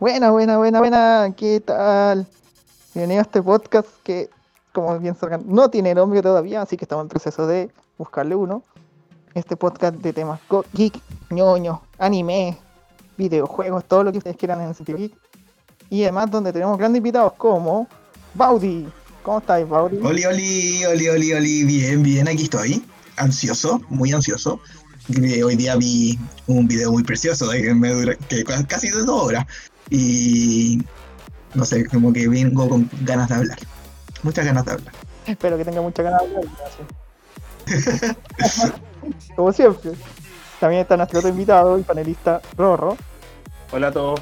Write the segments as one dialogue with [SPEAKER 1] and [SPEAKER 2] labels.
[SPEAKER 1] Buena, buena, buena, buena. ¿Qué tal? Bienvenido a este podcast que, como bien sabrán, no tiene nombre todavía, así que estamos en proceso de buscarle uno. Este podcast de temas go- geek, ñoño, anime, videojuegos, todo lo que ustedes quieran en el sentido geek. Y además donde tenemos grandes invitados como Baudi. ¿Cómo estáis, Baudi?
[SPEAKER 2] Oli, oli, oli, oli, oli, bien, bien, aquí estoy. Ansioso, muy ansioso. Eh, Hoy día vi un video muy precioso de que me dura que ca- casi de dos horas. Y no sé, como que vengo con ganas de hablar. Muchas ganas de hablar.
[SPEAKER 1] Espero que tenga mucha ganas de hablar, gracias. Como siempre. También está nuestro otro invitado y panelista Rorro.
[SPEAKER 3] Hola a todos,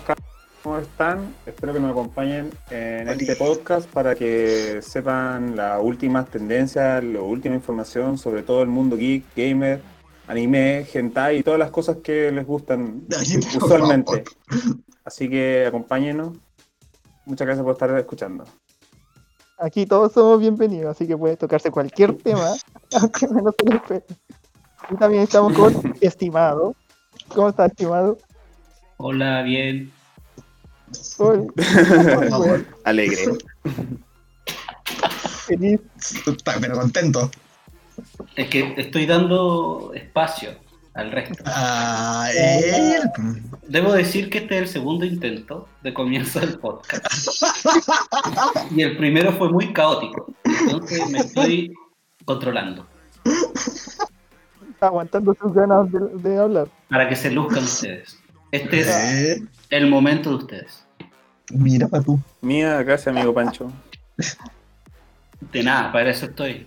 [SPEAKER 3] ¿cómo están? Espero que nos acompañen en
[SPEAKER 2] Hola.
[SPEAKER 3] este podcast para que sepan las últimas tendencias, la última información sobre todo el mundo geek, gamer, anime, hentai y todas las cosas que les gustan
[SPEAKER 2] Ay, por favor.
[SPEAKER 3] usualmente. Así que acompáñenos. Muchas gracias por estar escuchando.
[SPEAKER 1] Aquí todos somos bienvenidos, así que puede tocarse cualquier tema, aunque menos se lo espere. Y también estamos con Estimado. ¿Cómo está, Estimado?
[SPEAKER 4] Hola, bien.
[SPEAKER 1] Hoy,
[SPEAKER 2] Por favor.
[SPEAKER 3] Alegre.
[SPEAKER 1] feliz.
[SPEAKER 2] Está- Pero contento.
[SPEAKER 4] Es que estoy dando espacio al resto.
[SPEAKER 2] Ah, él.
[SPEAKER 4] Debo decir que este es el segundo intento de comienzo del podcast. Y el primero fue muy caótico. Entonces me estoy controlando
[SPEAKER 1] Está aguantando sus ganas de, de hablar.
[SPEAKER 4] para que se luzcan ustedes. Este es
[SPEAKER 2] Eh,
[SPEAKER 4] el momento de ustedes.
[SPEAKER 2] mira pa' tú.
[SPEAKER 3] Mía, gracias amigo Pancho.
[SPEAKER 4] De nada, para eso estoy.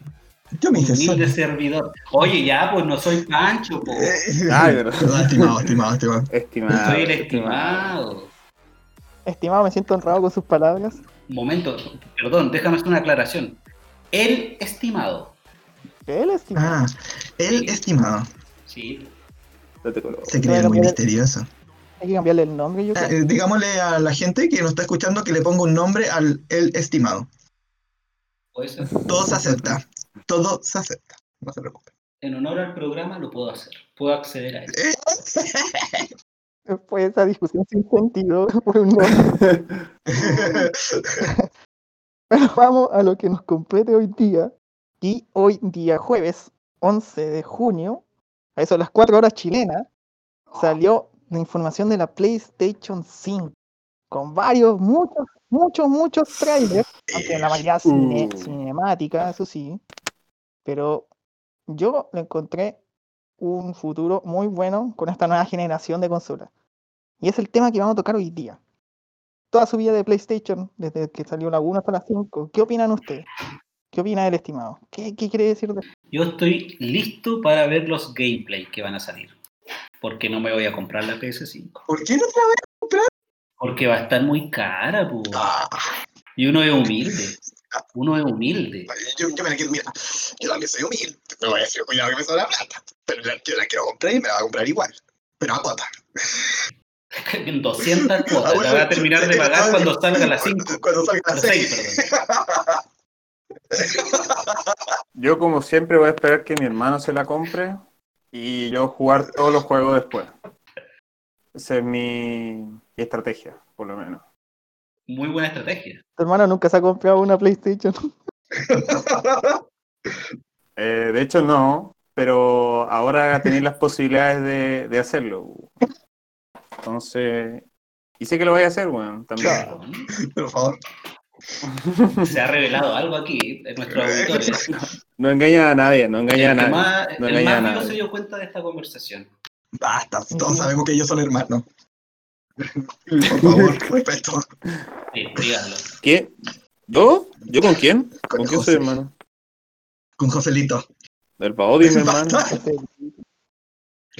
[SPEAKER 2] Yo me hice solo.
[SPEAKER 4] Humilde servidor. Oye, ya, pues no soy Pancho, pues.
[SPEAKER 2] Eh,
[SPEAKER 3] Ay, verdad.
[SPEAKER 2] Estimado, estimado, estimado.
[SPEAKER 3] Estimado.
[SPEAKER 4] Soy el estimado.
[SPEAKER 1] Estimado, me siento honrado con sus palabras.
[SPEAKER 4] Momento, perdón, déjame hacer una aclaración. El estimado.
[SPEAKER 1] El estimado.
[SPEAKER 2] Ah, él estimado.
[SPEAKER 4] Sí,
[SPEAKER 3] Date color.
[SPEAKER 2] Se cree muy misterioso.
[SPEAKER 1] Hay que cambiarle el nombre, yo creo.
[SPEAKER 2] Eh, digámosle a la gente que nos está escuchando que le ponga un nombre al el estimado.
[SPEAKER 4] puede ser.
[SPEAKER 2] Todo se acepta. Todo se acepta. No se preocupe.
[SPEAKER 4] en honor al programa lo puedo hacer, puedo acceder a eso.
[SPEAKER 1] Después de esa discusión sin sentido por un nombre. Pero vamos a lo que nos compete hoy día. Y hoy día jueves 11 de junio, a eso a las 4 horas chilenas, salió la información de la PlayStation 5. Con varios, muchos, muchos, muchos trailers. Aunque la mayoría cine-
[SPEAKER 3] Uh.
[SPEAKER 1] cinemática, eso sí. Pero yo le encontré un futuro muy bueno con esta nueva generación de consolas. Y es el tema que vamos a tocar hoy día. Toda su vida de PlayStation, desde que salió la 1 hasta la 5, ¿qué opinan ustedes? ¿Qué opina el estimado? ¿Qué, qué quiere decir de
[SPEAKER 4] Yo estoy listo para ver los gameplay que van a salir, porque no me voy a comprar la PS5,
[SPEAKER 2] ¿Por qué no te la
[SPEAKER 4] porque va a estar muy cara, po.
[SPEAKER 2] Ah,
[SPEAKER 4] y uno es humilde, uno es humilde.
[SPEAKER 2] yo, yo me la quiero, mira, yo también soy humilde. Me voy a decir, cuidado que me sobra plata. Pero la, yo la quiero comprar y me la voy a comprar igual. Pero a cuota.
[SPEAKER 4] En 200
[SPEAKER 2] Ah,
[SPEAKER 4] cuotas,
[SPEAKER 2] bueno,
[SPEAKER 4] la voy a terminar de pagar cuando salga la 5,
[SPEAKER 2] Cuando salga la
[SPEAKER 4] la
[SPEAKER 2] 6.
[SPEAKER 4] 6,
[SPEAKER 3] Yo como siempre voy a esperar que mi hermano se la compre y yo jugar todos los juegos después. Esa es mi estrategia, por lo menos.
[SPEAKER 4] Muy buena estrategia.
[SPEAKER 1] Tu hermano nunca se ha comprado una PlayStation.
[SPEAKER 3] Eh, de hecho no, pero ahora tenéis las posibilidades de, de hacerlo. Entonces, y sé que lo vais a hacer, weón, también.
[SPEAKER 4] Perdón.
[SPEAKER 2] Por favor.
[SPEAKER 4] Se ha revelado algo aquí en nuestros auditores.
[SPEAKER 3] No engaña a nadie, no engaña a
[SPEAKER 4] El que
[SPEAKER 3] nadie.
[SPEAKER 4] más,
[SPEAKER 3] no
[SPEAKER 4] el
[SPEAKER 3] engaña a
[SPEAKER 4] más vivo
[SPEAKER 3] nadie.
[SPEAKER 4] se dio cuenta de esta conversación.
[SPEAKER 2] Basta, todos sabemos que yo soy hermano. Por favor, respeto.
[SPEAKER 4] Sí, díganlo.
[SPEAKER 3] ¿Qué? ¿Yo? ¿Yo con quién? ¿Con, quién
[SPEAKER 2] José.
[SPEAKER 3] soy hermano?
[SPEAKER 2] Con Joselito.
[SPEAKER 3] Del Paodio, mi hermano.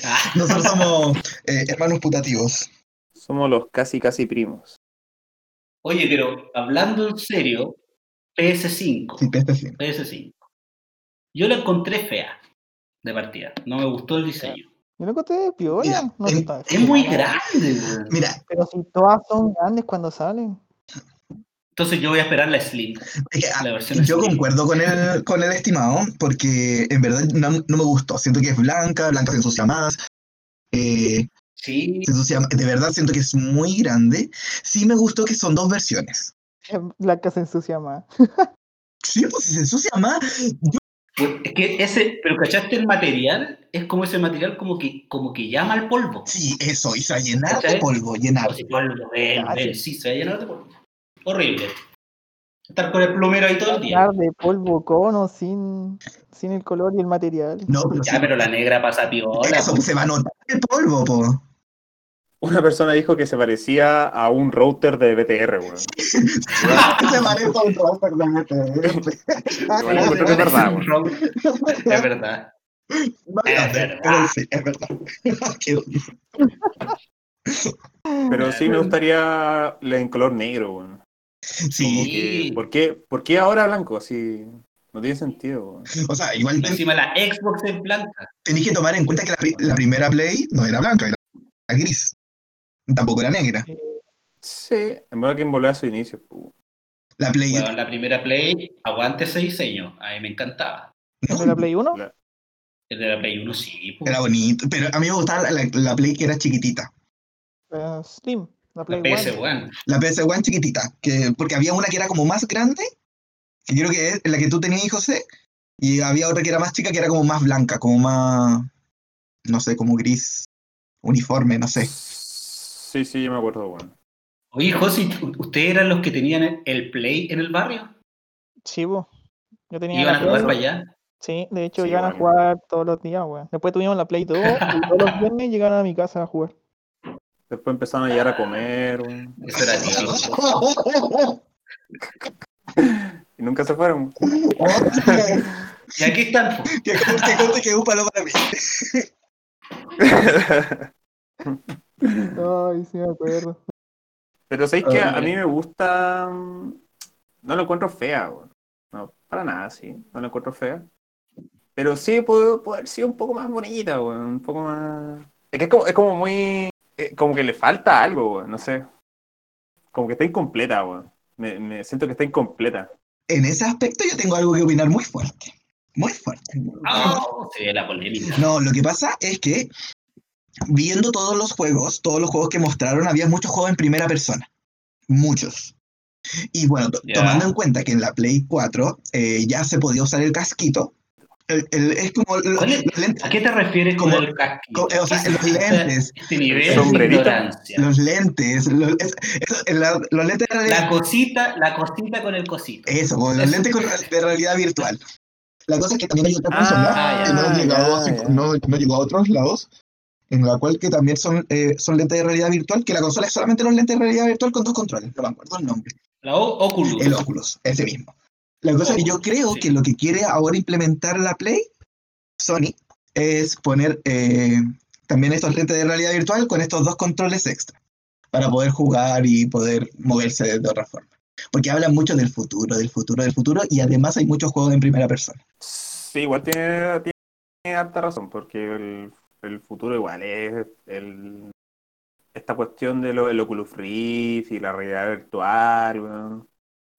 [SPEAKER 4] Ah,
[SPEAKER 2] Nosotros somos eh, hermanos putativos.
[SPEAKER 3] Somos los casi, casi primos.
[SPEAKER 4] Oye, pero hablando en serio, PS5.
[SPEAKER 2] Sí, este sí.
[SPEAKER 4] PS5. Yo la encontré fea de partida. No me gustó el diseño.
[SPEAKER 1] Yo lo encontré piola.
[SPEAKER 2] Mira,
[SPEAKER 1] no
[SPEAKER 2] es-
[SPEAKER 1] está
[SPEAKER 4] Es muy
[SPEAKER 1] fea,
[SPEAKER 4] grande, weón.
[SPEAKER 2] Mira,
[SPEAKER 1] Pero si todas son grandes cuando salen.
[SPEAKER 4] Entonces yo voy a esperar la Slim.
[SPEAKER 2] es que, ah,
[SPEAKER 4] La versión
[SPEAKER 2] yo
[SPEAKER 4] Slim.
[SPEAKER 2] concuerdo con el, con el estimado, porque en verdad no, no me gustó. Siento que es blanca, blanca se ensucia más. Eh,
[SPEAKER 4] Sí,
[SPEAKER 2] Eso se llama- de verdad siento que es muy grande. Sí me gustó que son dos versiones.
[SPEAKER 1] eh, La que se ensucia más.
[SPEAKER 2] Sí, pues si se ensucia más,
[SPEAKER 4] pues, es que ese, pero ¿cachaste el material? Es como ese material como que, como que llama al polvo.
[SPEAKER 2] sí, eso, y se va a llenar de
[SPEAKER 4] ¿Cachai?
[SPEAKER 2] polvo, llenar.
[SPEAKER 4] Así, polvo, ven,
[SPEAKER 1] Ah,
[SPEAKER 4] ven, sí, se va a llenar de polvo. Horrible. Estar con el plumero ahí todo el día.
[SPEAKER 1] Llenar de polvo con o sin, sin el color y el material.
[SPEAKER 2] No, pero sí,
[SPEAKER 4] Ya, pero la negra pasa piola.
[SPEAKER 2] eso pues, se va a notar el polvo, po.
[SPEAKER 3] Una persona dijo que se parecía a un router de BTR, weón.
[SPEAKER 2] se va a notar el polvo,
[SPEAKER 3] Igual encuentro que
[SPEAKER 2] perdón.
[SPEAKER 3] es verdad, weón.
[SPEAKER 4] Es verdad.
[SPEAKER 2] No,
[SPEAKER 4] Es
[SPEAKER 2] pero
[SPEAKER 4] verdad.
[SPEAKER 2] sí, es verdad. Qué risa.
[SPEAKER 3] Pero sí me gustaría la en color negro, weón. Como
[SPEAKER 2] Sí,
[SPEAKER 3] que, ¿por, qué, por qué ahora blanco? Si no tiene sentido, weón.
[SPEAKER 2] o sea, igual ten-
[SPEAKER 4] Encima la Xbox es blanca.
[SPEAKER 2] tenéis que tomar en cuenta que la, pri- la primera Play no era blanca, era gris. Tampoco era negra.
[SPEAKER 3] Sí, en verdad que envolver a su inicio. pu.
[SPEAKER 2] La Play.
[SPEAKER 4] Bueno, la primera Play, aguante ese diseño. A mí me encantaba.
[SPEAKER 1] ¿No la Play 1?
[SPEAKER 4] El de la Play 1 sí, pues.
[SPEAKER 2] Era bonito, pero a mí me gustaba la, la- la Play que era chiquitita.
[SPEAKER 1] Eh, Slim. La Play
[SPEAKER 4] la
[SPEAKER 1] 1.
[SPEAKER 4] PS, weón.
[SPEAKER 2] La PS1 chiquitita, que, porque había una que era como más grande, que creo que es la que tú tenías, José, y había otra que era más chica, que era como más blanca, como más, no sé, como gris, uniforme, no sé.
[SPEAKER 3] Sí, sí, yo me acuerdo, weón.
[SPEAKER 4] Oye, José, ¿tú- ¿ustedes eran los que tenían el- el Play en el barrio?
[SPEAKER 1] Chivo. Yo tenía
[SPEAKER 4] ¿Iban
[SPEAKER 1] la
[SPEAKER 4] a jugar
[SPEAKER 1] Play-
[SPEAKER 4] para allá?
[SPEAKER 1] Sí, de hecho
[SPEAKER 3] Sí,
[SPEAKER 1] iban a
[SPEAKER 3] bueno.
[SPEAKER 1] jugar todos los días, weón. Después tuvimos la Play 2 y todos los viernes llegaron a mi casa a jugar.
[SPEAKER 3] Después empezaron a llegar a comer, weón.
[SPEAKER 4] Eso era tío.
[SPEAKER 3] Y nunca se fueron.
[SPEAKER 4] Y aquí están, po.
[SPEAKER 2] Que conste, conste que es un palo para mí.
[SPEAKER 1] Ay, sí me acuerdo.
[SPEAKER 3] Pero sabéis que
[SPEAKER 2] Ah,
[SPEAKER 3] a
[SPEAKER 4] Horrible.
[SPEAKER 3] mí me gusta. mm, No la encuentro fea, weón. No, para nada, sí. No la encuentro fea. Pero sí pudo pudo haber sido un poco más bonita, weón. Un poco más. Es que es como, es como muy. eh, como que le falta algo, weón. No sé. Como que está incompleta, weón. Me, me siento que está incompleta.
[SPEAKER 2] En ese aspecto yo tengo algo que opinar muy fuerte. Muy fuerte.
[SPEAKER 4] Ah, se ve la polémica.
[SPEAKER 2] No, lo que pasa es que viendo todos los juegos, todos los juegos que mostraron, había muchos juegos en primera persona. Muchos. Y bueno, to-
[SPEAKER 4] Ya.
[SPEAKER 2] tomando en cuenta que en la Play 4 eh, ya se podía usar el casquito. El- el- es como lo-
[SPEAKER 4] ¿Cuál es?
[SPEAKER 2] los lentes,
[SPEAKER 4] ¿A qué te refieres con
[SPEAKER 2] Como-
[SPEAKER 4] el casquito?
[SPEAKER 2] co- eh, o sea, los lentes,
[SPEAKER 4] Este nivel de
[SPEAKER 3] Sombrerito.
[SPEAKER 4] ignorancia.
[SPEAKER 2] los lentes, los, es- eso, en la- los lentes de Eh,
[SPEAKER 4] La
[SPEAKER 2] realidad,
[SPEAKER 4] cosita, la cosita con el cosito.
[SPEAKER 2] eso, como los
[SPEAKER 4] eso.
[SPEAKER 2] lentes con- de realidad virtual. La cosa es que también hay otra consola
[SPEAKER 4] Ah,
[SPEAKER 2] que no ha
[SPEAKER 3] ya,
[SPEAKER 2] llegado, a-
[SPEAKER 3] ya.
[SPEAKER 2] no, no llegó a otros lados, en la cual que también son, eh, son lentes de realidad virtual, que la consola es solamente los lentes de realidad virtual con dos controles, no me acuerdo el nombre,
[SPEAKER 4] La O- Oculus.
[SPEAKER 2] el Oculus, ese mismo. La cosa es que yo creo
[SPEAKER 4] sí.
[SPEAKER 2] que lo que quiere ahora implementar la Play, Sony, es poner eh, también estos lentes de realidad virtual con estos dos controles extra, para poder jugar y poder moverse de otra forma. Porque hablan mucho del futuro, del futuro, del futuro, y además hay muchos juegos en primera persona.
[SPEAKER 3] Sí, igual tiene, tiene harta razón, porque el, el futuro igual es el, esta cuestión de lo, el Oculus Rift y la realidad virtual, weón.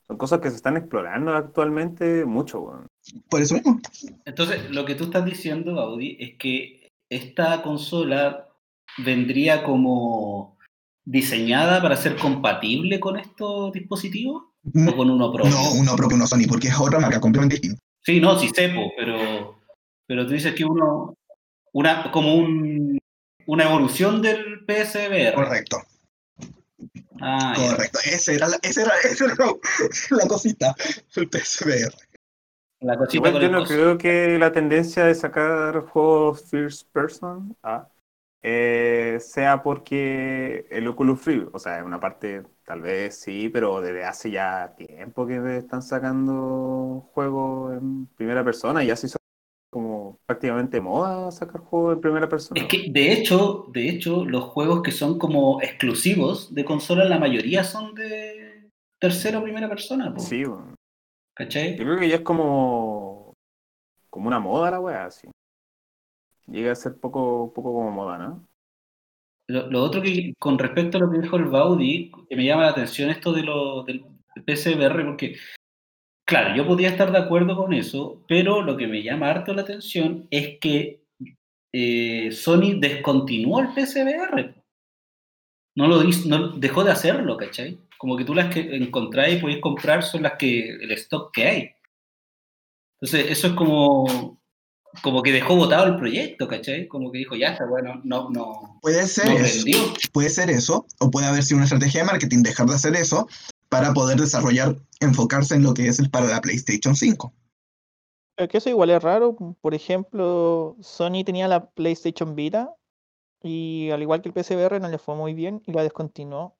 [SPEAKER 3] Son cosas que se están explorando actualmente mucho, weón.
[SPEAKER 2] Por eso mismo.
[SPEAKER 4] Entonces, lo que tú estás diciendo, Audi, es que esta consola vendría como diseñada para ser compatible con estos dispositivos o con uno propio.
[SPEAKER 2] No, uno propio no Sony, porque es otra marca completamente distinta.
[SPEAKER 4] Sí, no, sí sepo, pero, pero tú dices que uno, una, como un, una evolución del PSVR.
[SPEAKER 2] Correcto,
[SPEAKER 4] Ah, ya.
[SPEAKER 2] correcto. Esa era, la, esa era, esa era la cosita, el PSVR.
[SPEAKER 4] La cosita
[SPEAKER 3] Igual
[SPEAKER 4] con
[SPEAKER 3] yo
[SPEAKER 4] el
[SPEAKER 3] no
[SPEAKER 4] coso.
[SPEAKER 3] creo que la tendencia de sacar juegos first person ah, eh, sea porque el Oculus Rift, o sea, en una parte tal vez sí, pero desde hace ya tiempo que están sacando juegos en primera persona y ya se hizo como prácticamente moda sacar juegos en primera persona.
[SPEAKER 4] Es que de hecho, de hecho, los juegos que son como exclusivos de consola, la mayoría son de tercera o primera persona, po,
[SPEAKER 3] Sí, bueno. yo
[SPEAKER 4] ¿cachai?
[SPEAKER 3] creo que ya es como, como una moda la wea, así. Llega a ser poco, poco como moda, ¿no?
[SPEAKER 4] Lo, lo otro que, con respecto a lo que dijo el Baudi, que me llama la atención esto de lo, del PSVR, porque, claro, yo podía estar de acuerdo con eso, pero lo que me llama harto la atención es que eh, Sony descontinuó el PSVR. No lo hizo, no, dejó de hacerlo, ¿cachai? Como que tú las que encontráis y podéis comprar son las que el stock que hay. Entonces, eso es como, como que dejó votado el proyecto, ¿cachai? Como que dijo, ya está, bueno, no, no.
[SPEAKER 2] Puede ser,
[SPEAKER 4] no
[SPEAKER 2] eso,
[SPEAKER 4] vendió.
[SPEAKER 2] puede ser eso, o puede haber sido una estrategia de marketing dejar de hacer eso para poder desarrollar, enfocarse en lo que es el para la PlayStation 5.
[SPEAKER 1] Es que eso igual es raro. Por ejemplo, Sony tenía la PlayStation Vita y al igual que el PSVR no le fue muy bien y la descontinuó.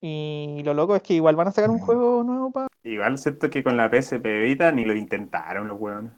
[SPEAKER 1] Y lo loco es que igual van a sacar un
[SPEAKER 2] Mm.
[SPEAKER 1] juego nuevo para...
[SPEAKER 3] Igual siento que con la PSP Vita ni lo intentaron los hueones.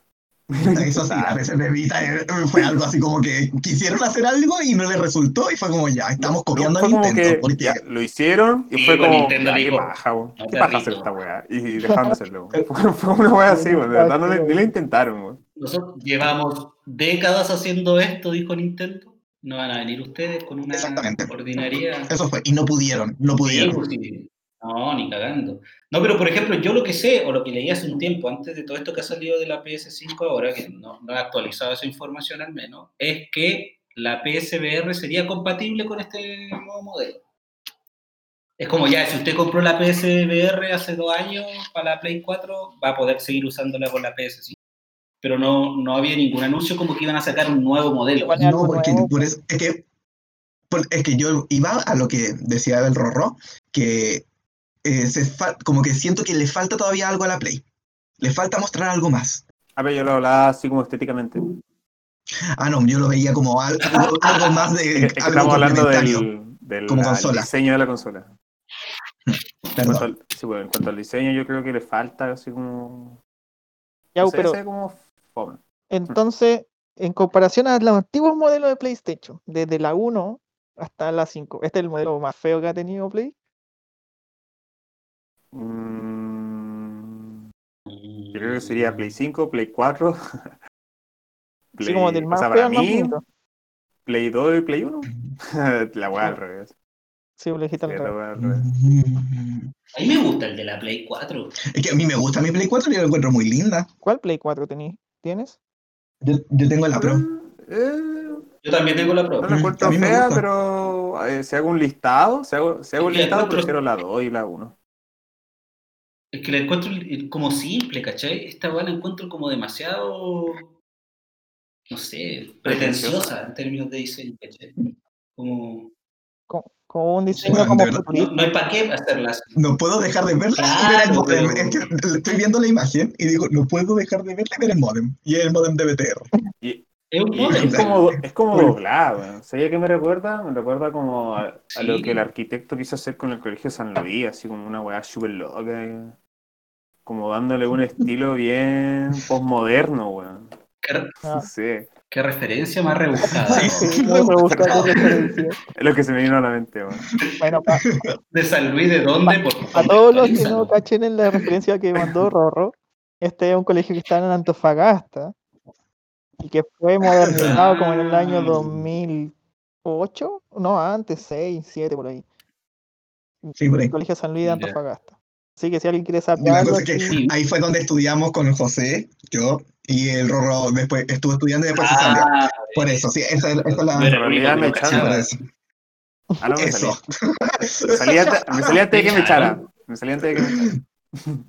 [SPEAKER 2] Eso sí, a veces me evita, eh, fue algo así como que quisieron hacer algo y no les resultó y fue como ya, estamos copiando
[SPEAKER 3] Fue
[SPEAKER 2] el
[SPEAKER 3] como
[SPEAKER 2] Nintendo.
[SPEAKER 3] que
[SPEAKER 2] porque
[SPEAKER 3] ya, lo hicieron y
[SPEAKER 4] Sí,
[SPEAKER 3] fue
[SPEAKER 4] con
[SPEAKER 3] como,
[SPEAKER 4] Nintendo
[SPEAKER 3] "Ya, qué
[SPEAKER 4] dijo,
[SPEAKER 3] paja, weón.
[SPEAKER 4] "No
[SPEAKER 3] qué
[SPEAKER 4] te
[SPEAKER 3] paja
[SPEAKER 4] rindo".
[SPEAKER 3] hacer esta weá. Y dejaron de hacerlo. weón. Fue, fue una weá así, weón. De verdad no le, ni le intentaron, weón.
[SPEAKER 4] Nosotros llevamos décadas haciendo esto, dijo Nintendo. No van a venir ustedes con una
[SPEAKER 2] Exactamente.
[SPEAKER 4] ordinaria.
[SPEAKER 2] Eso fue, y no pudieron, no
[SPEAKER 4] Sí,
[SPEAKER 2] pudieron.
[SPEAKER 4] pues, sí. No, ni cagando. No, pero por ejemplo, yo lo que sé, o lo que leí hace un tiempo, antes de todo esto que ha salido de la PS5 ahora, que no, no he actualizado esa información al menos, es que la PSVR sería compatible con este nuevo modelo. Es como ya, si usted compró la PSVR hace dos años para la Play 4, va a poder seguir usándola con la PS5. Pero no, no había ningún anuncio como que iban a sacar un nuevo modelo.
[SPEAKER 1] Igual
[SPEAKER 2] No,
[SPEAKER 1] algo
[SPEAKER 2] porque
[SPEAKER 1] nuevo, pues.
[SPEAKER 2] por eso- es que por- es que yo iba a lo que decía el Rorro, que eh, se fa- como que siento que le falta todavía algo a la Play. Le falta mostrar algo más.
[SPEAKER 3] A ver, yo lo hablaba así como estéticamente.
[SPEAKER 2] Ah, no, yo lo veía como al- algo, algo más de
[SPEAKER 3] Es que
[SPEAKER 2] algo
[SPEAKER 3] estamos hablando
[SPEAKER 2] complementario.
[SPEAKER 3] del, del-
[SPEAKER 2] como
[SPEAKER 3] al
[SPEAKER 2] consola.
[SPEAKER 3] diseño de la consola. En
[SPEAKER 2] Perdón.
[SPEAKER 3] cuanto, al, sí, bueno, en cuanto al diseño, yo creo que le falta así como.
[SPEAKER 1] Ya,
[SPEAKER 3] no sé,
[SPEAKER 1] pero
[SPEAKER 3] se ve como fome.
[SPEAKER 1] entonces, en comparación a los antiguos modelos de PlayStation, desde la 1 hasta la 5, este es el modelo más feo que ha tenido Play.
[SPEAKER 3] Mm, yo creo que sería Play 5, Play 4.
[SPEAKER 1] Así
[SPEAKER 3] Play-
[SPEAKER 1] como del
[SPEAKER 3] o
[SPEAKER 1] más
[SPEAKER 3] sea,
[SPEAKER 1] feo
[SPEAKER 3] para
[SPEAKER 1] al más
[SPEAKER 3] mí,
[SPEAKER 1] bonito.
[SPEAKER 3] Play 2 y Play 1. la weá al revés.
[SPEAKER 1] Sí, lo dijiste al
[SPEAKER 3] la
[SPEAKER 1] revés.
[SPEAKER 3] weá al revés.
[SPEAKER 4] A mí me gusta el de la Play 4.
[SPEAKER 2] Mm. Es que a mí me gusta mi Play 4 y yo la encuentro muy linda.
[SPEAKER 1] ¿Cuál Play 4 tení- tienes?
[SPEAKER 2] Yo, yo tengo la Pro.
[SPEAKER 3] Eh,
[SPEAKER 4] Yo también tengo la
[SPEAKER 3] No
[SPEAKER 4] prueba.
[SPEAKER 3] la
[SPEAKER 2] Mm, a
[SPEAKER 3] encuentro
[SPEAKER 2] mí me
[SPEAKER 3] fea,
[SPEAKER 2] gusta.
[SPEAKER 3] pero eh, si hago un listado, si hago, si hago un
[SPEAKER 4] Y la
[SPEAKER 3] listado,
[SPEAKER 4] encuentro-
[SPEAKER 3] prefiero la 2 y la 1.
[SPEAKER 4] Es que la encuentro eh, como simple, ¿cachai? Esta weá la encuentro como demasiado, no sé, pretenciosa en términos de diseño, ¿cachai? Como,
[SPEAKER 1] Con, con un diseño
[SPEAKER 2] Bueno,
[SPEAKER 1] como
[SPEAKER 2] de verdad.
[SPEAKER 4] no,
[SPEAKER 1] futurista.
[SPEAKER 4] no hay para qué hacerla así.
[SPEAKER 2] No puedo dejar de verla y ver el
[SPEAKER 4] Claro,
[SPEAKER 2] modem.
[SPEAKER 4] pero-
[SPEAKER 2] Es que estoy viendo la imagen y digo, no puedo dejar de verla y ver el modem. Y el modem de BTR.
[SPEAKER 4] Es un
[SPEAKER 3] Y
[SPEAKER 4] modelo.
[SPEAKER 3] es
[SPEAKER 2] Exacto.
[SPEAKER 3] como, es como ¿eh?
[SPEAKER 2] Bueno.
[SPEAKER 3] doblada. ¿Sabía qué me recuerda? Me recuerda como a, a
[SPEAKER 4] Sí.
[SPEAKER 3] lo que el arquitecto quiso hacer con el Colegio San Luis, así como una weá súper loca. eh. Como dándole un estilo bien postmoderno, weón.
[SPEAKER 4] ¿Qué,
[SPEAKER 1] Ah.
[SPEAKER 3] No sé.
[SPEAKER 4] qué referencia más rebuscada.
[SPEAKER 2] Sí.
[SPEAKER 4] ¿no?
[SPEAKER 1] Sí, no me gusta tu referencia.
[SPEAKER 3] Es lo que se me vino a la mente, weón.
[SPEAKER 1] Bueno, pa-
[SPEAKER 4] ¿De San Luis de dónde? Por
[SPEAKER 1] A
[SPEAKER 4] favor,
[SPEAKER 1] todos los que
[SPEAKER 4] actualízalo.
[SPEAKER 1] no cachen en la referencia que mandó Rorro, este es un colegio que está en Antofagasta y que fue modernizado como en el año
[SPEAKER 4] Ah.
[SPEAKER 1] 2008, no, antes, 6, 7 por ahí.
[SPEAKER 2] Sí, por ahí.
[SPEAKER 1] El colegio San Luis de
[SPEAKER 4] Mira.
[SPEAKER 1] Antofagasta. Así que si alguien quiere
[SPEAKER 2] Y la
[SPEAKER 1] saber, "Ah,
[SPEAKER 2] cosa es que
[SPEAKER 4] sí.
[SPEAKER 2] ahí fue donde estudiamos con José, yo y el Rorro. Después estuvo estudiando y después se salió.
[SPEAKER 4] Ah,
[SPEAKER 2] Por eso, sí, esa, esa es
[SPEAKER 4] yo
[SPEAKER 2] la.
[SPEAKER 4] era el único que no
[SPEAKER 3] Me
[SPEAKER 2] Sí, por
[SPEAKER 3] echaba.
[SPEAKER 4] cachaba.
[SPEAKER 2] eso.
[SPEAKER 3] Ah, no, me salía.
[SPEAKER 2] Eso.
[SPEAKER 3] Me salía, antes- me salía antes de que me echara. Me salía antes de que me echara.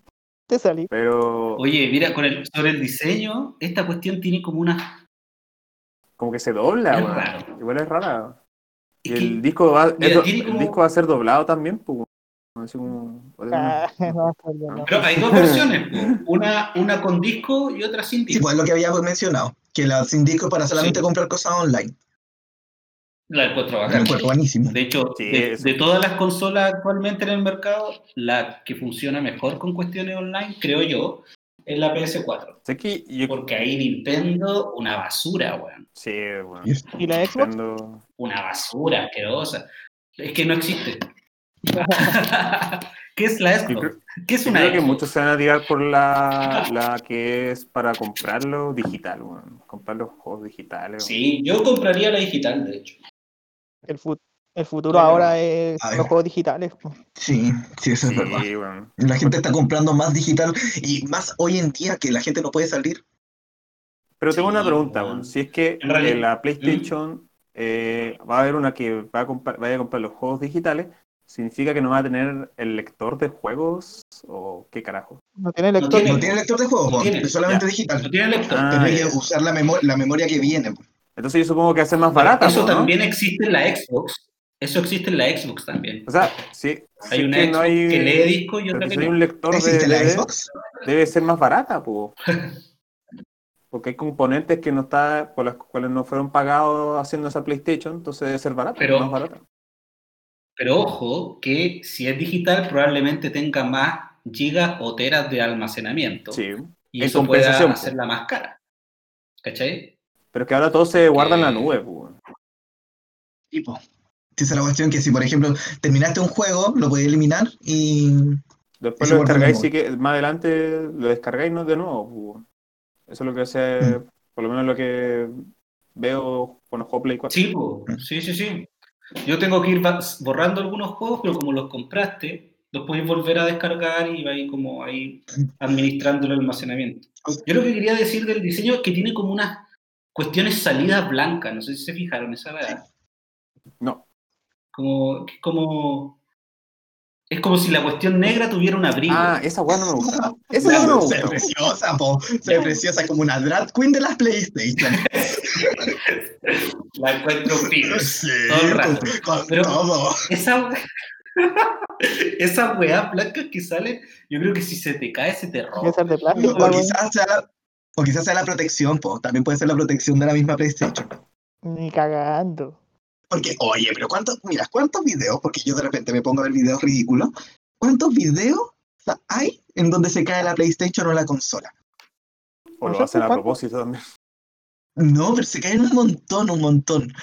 [SPEAKER 1] te salí.
[SPEAKER 3] Pero
[SPEAKER 4] Oye, mira, con el, sobre el diseño, esta cuestión tiene como una...
[SPEAKER 3] como que se dobla,
[SPEAKER 4] Es
[SPEAKER 3] weón.
[SPEAKER 4] raro.
[SPEAKER 3] Igual es rara. Ah, Y
[SPEAKER 4] Es que-
[SPEAKER 3] el disco va,
[SPEAKER 4] Mira,
[SPEAKER 3] es do-
[SPEAKER 4] tiene
[SPEAKER 3] el
[SPEAKER 4] como-
[SPEAKER 3] disco va a ser doblado también, pues. Así como-
[SPEAKER 1] Ah, no, pues yo no.
[SPEAKER 4] Pero hay dos versiones, po. una, una con disco y otra sin
[SPEAKER 2] Sí,
[SPEAKER 4] disco.
[SPEAKER 2] pues lo que habíamos mencionado, que la indico para solamente
[SPEAKER 4] Sí.
[SPEAKER 2] comprar cosas online.
[SPEAKER 4] La encuentro
[SPEAKER 2] Lo
[SPEAKER 4] bacán.
[SPEAKER 2] encuentro buenísimo.
[SPEAKER 4] De hecho,
[SPEAKER 3] Sí,
[SPEAKER 4] de,
[SPEAKER 3] eso.
[SPEAKER 4] de todas las consolas actualmente en el mercado, la que funciona mejor con cuestiones online, creo yo, es la PS4.
[SPEAKER 3] Sé que yo
[SPEAKER 4] Porque ahí Nintendo, una basura, weón.
[SPEAKER 3] sí, bueno,
[SPEAKER 2] Yes.
[SPEAKER 1] ¿Y la Xbox?
[SPEAKER 3] Nintendo-
[SPEAKER 4] Una basura asquerosa. Es que no existe. ¿Qué es la
[SPEAKER 3] Yo
[SPEAKER 4] Xbox?
[SPEAKER 3] creo,
[SPEAKER 4] ¿Qué es
[SPEAKER 3] yo
[SPEAKER 4] una
[SPEAKER 3] creo que
[SPEAKER 4] Xbox?
[SPEAKER 3] muchos se van a tirar por la, la que es para comprarlo digital, bueno, comprar los juegos digitales.
[SPEAKER 4] Sí, yo compraría la digital, de hecho.
[SPEAKER 1] El, fut- el futuro
[SPEAKER 4] Bueno,
[SPEAKER 1] ahora es
[SPEAKER 2] a ver.
[SPEAKER 1] los juegos digitales. po.
[SPEAKER 2] Sí, sí, eso
[SPEAKER 3] bueno.
[SPEAKER 2] es verdad.
[SPEAKER 3] Sí, bueno.
[SPEAKER 2] La gente está comprando más digital y más hoy en día que la gente no puede salir.
[SPEAKER 3] Pero tengo
[SPEAKER 4] Sí,
[SPEAKER 3] una pregunta,
[SPEAKER 4] bueno.
[SPEAKER 3] bueno, si es que
[SPEAKER 4] En realidad- ¿Mm?
[SPEAKER 3] en la PlayStation eh, va a haber una que va a comprar, vaya a comprar los juegos digitales, ¿significa que no va a tener el lector de juegos o qué carajo?
[SPEAKER 1] No tiene
[SPEAKER 4] No
[SPEAKER 1] lector.
[SPEAKER 2] No tiene lector de juegos,
[SPEAKER 4] No
[SPEAKER 2] po,
[SPEAKER 4] tiene,
[SPEAKER 2] solamente
[SPEAKER 3] ya.
[SPEAKER 4] No
[SPEAKER 2] digital.
[SPEAKER 4] tiene lector.
[SPEAKER 3] Ah,
[SPEAKER 2] Tendría que
[SPEAKER 3] ya.
[SPEAKER 2] usar la, memo- la memoria que viene. po.
[SPEAKER 3] Entonces yo supongo que va a ser más barata,
[SPEAKER 4] Eso
[SPEAKER 3] ¿no?
[SPEAKER 4] también existe en la Xbox. Eso existe en la Xbox también.
[SPEAKER 3] O sea, sí, si
[SPEAKER 4] hay
[SPEAKER 3] Pues es
[SPEAKER 4] una
[SPEAKER 3] que
[SPEAKER 4] Xbox
[SPEAKER 3] no hay,
[SPEAKER 4] que lee disco y
[SPEAKER 3] pero
[SPEAKER 4] otra
[SPEAKER 3] que
[SPEAKER 4] que
[SPEAKER 3] si hay
[SPEAKER 4] no.
[SPEAKER 3] un lector de,
[SPEAKER 2] ¿Existe la
[SPEAKER 3] DVD,
[SPEAKER 2] Xbox?
[SPEAKER 3] debe ser más barata, po. porque hay componentes que no está, por las cuales no fueron pagados haciendo esa PlayStation, entonces debe ser barata,
[SPEAKER 4] Pero-
[SPEAKER 3] más barata.
[SPEAKER 4] Pero ojo, que si es digital probablemente tenga más gigas o teras de almacenamiento.
[SPEAKER 3] Sí,
[SPEAKER 4] y
[SPEAKER 3] en
[SPEAKER 4] eso pueda
[SPEAKER 3] compensación, po.
[SPEAKER 4] hacerla más cara. ¿Cachai?
[SPEAKER 3] pero es que ahora todo se guarda en la
[SPEAKER 4] Eh,
[SPEAKER 3] nube, po.
[SPEAKER 2] Tipo. Esa es la cuestión que si, por ejemplo, terminaste un juego, lo podés eliminar y...
[SPEAKER 3] Después
[SPEAKER 2] se
[SPEAKER 3] lo
[SPEAKER 2] guarda en la
[SPEAKER 3] descargáis, sí que más adelante lo descargáis ¿no? de nuevo. po. Eso es lo que hace, por lo menos lo que veo cuando juego Play 4.
[SPEAKER 4] Sí, po.
[SPEAKER 3] Mm.
[SPEAKER 4] sí, sí, sí. Yo tengo que ir ba- borrando algunos juegos, pero como los compraste, los podéis volver a descargar y vais como ahí administrando el almacenamiento. Yo lo que quería decir del diseño es que tiene como unas cuestiones salidas blancas, no sé si se fijaron esa verdad.
[SPEAKER 3] No.
[SPEAKER 4] Como, que es como, es como si la cuestión negra tuviera un abrigo.
[SPEAKER 3] Ah, esa weá no me gusta. Esa
[SPEAKER 2] Se
[SPEAKER 3] weá no me
[SPEAKER 2] ve
[SPEAKER 3] gusta.
[SPEAKER 2] preciosa, po. Se ve preciosa como una drag queen de las PlayStation.
[SPEAKER 4] La encuentro
[SPEAKER 2] Sí,
[SPEAKER 4] fierce. Todo el rato.
[SPEAKER 2] con- con
[SPEAKER 4] Pero-
[SPEAKER 2] todo.
[SPEAKER 4] Esa, esas weas blancas que salen, yo creo que si se te cae, se te
[SPEAKER 1] Debe
[SPEAKER 4] rompe.
[SPEAKER 1] ser de plástico,
[SPEAKER 2] O
[SPEAKER 1] la wea.
[SPEAKER 2] quizás, sea la, o quizás sea la protección, po. También puede ser la protección de la misma PlayStation.
[SPEAKER 1] Ni cagando.
[SPEAKER 2] Porque, oye, pero ¿cuántos, mira, cuántos videos? Porque yo de repente me pongo a ver videos ridículos. ¿Cuántos videos sa- hay en donde se cae la PlayStation o la consola?
[SPEAKER 3] O
[SPEAKER 1] No
[SPEAKER 3] lo
[SPEAKER 1] sé
[SPEAKER 3] hacen a
[SPEAKER 1] cuánto.
[SPEAKER 3] propósito también.
[SPEAKER 2] No, pero se caen un montón, un montón.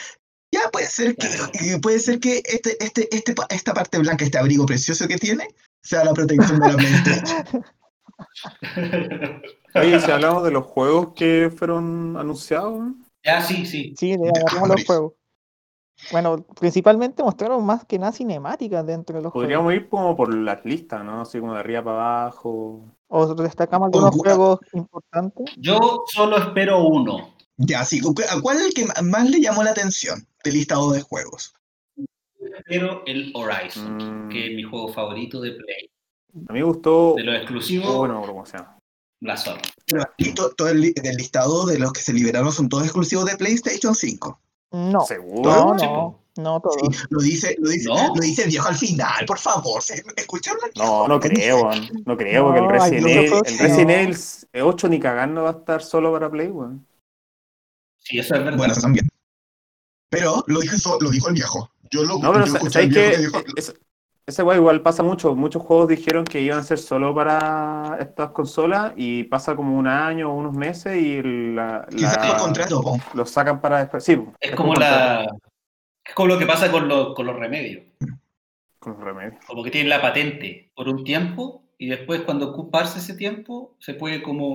[SPEAKER 2] Ya puede ser que,
[SPEAKER 4] Claro.
[SPEAKER 2] eh, puede ser que este, este, este, pa- esta parte blanca, este abrigo precioso que tiene, sea la protección de la PlayStation.
[SPEAKER 3] Oye, si hablamos de los juegos que fueron anunciados,
[SPEAKER 4] ya, sí, sí.
[SPEAKER 1] Sí, le agarramos los
[SPEAKER 2] Hambre.
[SPEAKER 1] juegos. Bueno, principalmente mostraron más que nada cinemáticas dentro de los
[SPEAKER 3] podríamos ir como por las listas, ¿no? Así como de arriba para abajo.
[SPEAKER 1] juegos. O destacamos algunos
[SPEAKER 2] Alguna-
[SPEAKER 1] juegos importantes.
[SPEAKER 4] Yo solo espero uno.
[SPEAKER 2] ya, sí, ¿cu- ¿a cuál es el que ma- más le llamó la atención del listado de juegos?
[SPEAKER 4] Espero el Horizon,
[SPEAKER 3] Mm,
[SPEAKER 4] que es mi juego favorito de Play.
[SPEAKER 3] A mí me gustó.
[SPEAKER 4] De los exclusivos,
[SPEAKER 3] Oh, no me acuerdo cómo se llama.
[SPEAKER 4] la zona.
[SPEAKER 2] Pero aquí to- todo el, li- del listado de los que se liberaron son todos exclusivos de PlayStation 5.
[SPEAKER 1] No,
[SPEAKER 3] ¿Seguro?
[SPEAKER 1] no,
[SPEAKER 4] Sí,
[SPEAKER 1] no, no
[SPEAKER 2] Sí,
[SPEAKER 1] todos.
[SPEAKER 2] lo dice, lo dice,
[SPEAKER 4] ¿No?
[SPEAKER 2] lo dice el viejo al final, por favor. se- Escucharon al viejo.
[SPEAKER 3] No, no creo, weón. no creo, porque el
[SPEAKER 1] No,
[SPEAKER 3] Resident
[SPEAKER 2] hay
[SPEAKER 3] Evil,
[SPEAKER 1] otros
[SPEAKER 3] el
[SPEAKER 1] que
[SPEAKER 3] Resident
[SPEAKER 1] no.
[SPEAKER 3] Evil 8 ni cagando va a estar solo para Play, weón.
[SPEAKER 4] Sí, eso es verdad.
[SPEAKER 2] Bueno, eso también. Pero lo dijo, eso- lo dijo el viejo. Yo lo
[SPEAKER 3] No, pero
[SPEAKER 2] yo
[SPEAKER 3] sa-
[SPEAKER 2] escuché al
[SPEAKER 3] ¿sabéis
[SPEAKER 2] viejo
[SPEAKER 3] que
[SPEAKER 2] que dijo,
[SPEAKER 3] es- ese weón igual pasa mucho? Muchos juegos dijeron que iban a ser solo para estas consolas y pasa como un año o unos meses y la,
[SPEAKER 2] quizás
[SPEAKER 3] la-
[SPEAKER 2] lo contrató. po.
[SPEAKER 3] lo sacan para después. Sí,
[SPEAKER 4] es
[SPEAKER 3] es
[SPEAKER 4] como
[SPEAKER 3] un contrato
[SPEAKER 4] la. Es como lo que pasa con, los- con los remedios.
[SPEAKER 3] con remedio.
[SPEAKER 4] Como que tienen la patente por un tiempo y después, cuando ocuparse ese tiempo, se puede como.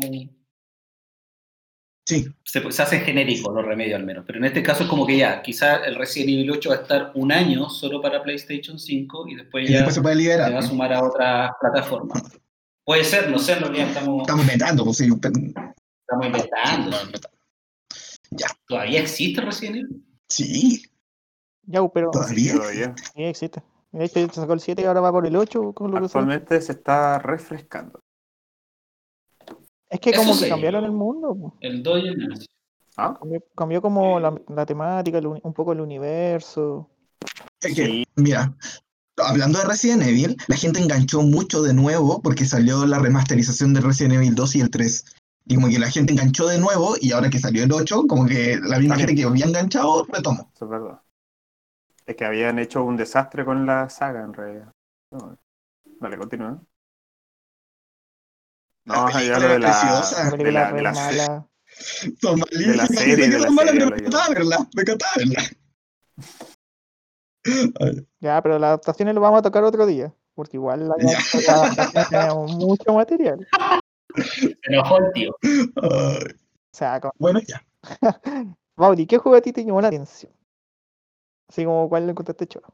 [SPEAKER 2] Sí,
[SPEAKER 4] Se, se hacen genéricos los remedios al menos. Pero en este caso es como que ya, quizás el Resident Evil 8 va a estar un año solo para PlayStation 5 y después
[SPEAKER 2] y
[SPEAKER 4] ya
[SPEAKER 2] después se
[SPEAKER 4] se
[SPEAKER 2] puede liberar.
[SPEAKER 4] va a sumar a otras plataformas. Puede ser, no sé, en realidad estamos,
[SPEAKER 2] Estamos inventando, pues sí. pe-
[SPEAKER 4] estamos inventando. ¿Todavía existe Resident Evil?
[SPEAKER 2] Sí,
[SPEAKER 1] Ya, pero
[SPEAKER 2] todavía.
[SPEAKER 3] Todavía.
[SPEAKER 1] sí existe. De hecho, se sacó el 7 y ahora va por el 8 con lo que sea.
[SPEAKER 3] Actualmente se está refrescando.
[SPEAKER 1] Es que
[SPEAKER 4] Eso
[SPEAKER 1] como que
[SPEAKER 4] sí.
[SPEAKER 1] cambiaron el mundo. po.
[SPEAKER 4] El 2 y el 11.
[SPEAKER 3] ¿Ah?
[SPEAKER 1] Cambió, cambió como la, la temática, el uni- un poco el universo.
[SPEAKER 2] Es que, mira, hablando de Resident Evil, la gente enganchó mucho de nuevo porque salió la remasterización de Resident Evil 2 y el 3. Y como que la gente enganchó de nuevo y ahora que salió el 8, como que la misma gente que había enganchado retomó.
[SPEAKER 3] Eso es verdad. Es que habían hecho un desastre con la saga, en realidad. No, Dale, continúa. No,
[SPEAKER 2] La
[SPEAKER 3] ya
[SPEAKER 2] película
[SPEAKER 3] lo de
[SPEAKER 1] La
[SPEAKER 3] la,
[SPEAKER 2] preciosa.
[SPEAKER 3] de
[SPEAKER 1] película
[SPEAKER 3] la,
[SPEAKER 1] re
[SPEAKER 3] de la se-
[SPEAKER 1] mala.
[SPEAKER 2] Son
[SPEAKER 3] De la
[SPEAKER 2] malísimas. Pensé
[SPEAKER 3] serie,
[SPEAKER 2] que
[SPEAKER 3] de la
[SPEAKER 2] son malas, pero
[SPEAKER 3] serie, lo
[SPEAKER 2] me
[SPEAKER 3] digo.
[SPEAKER 2] encantaba verla. Me encantaba verla. Ay,
[SPEAKER 1] Ya, pero las adaptaciones lo vamos a tocar otro día. Porque igual la-
[SPEAKER 2] Ya.
[SPEAKER 1] las adaptaciones tenemos mucho material.
[SPEAKER 4] Se enojó el tío.
[SPEAKER 2] ay.
[SPEAKER 1] O sea, con-
[SPEAKER 2] Bueno, ya.
[SPEAKER 1] Mauri, ¿qué juego a ti te llamó la atención? Así como cuál le encontraste choro.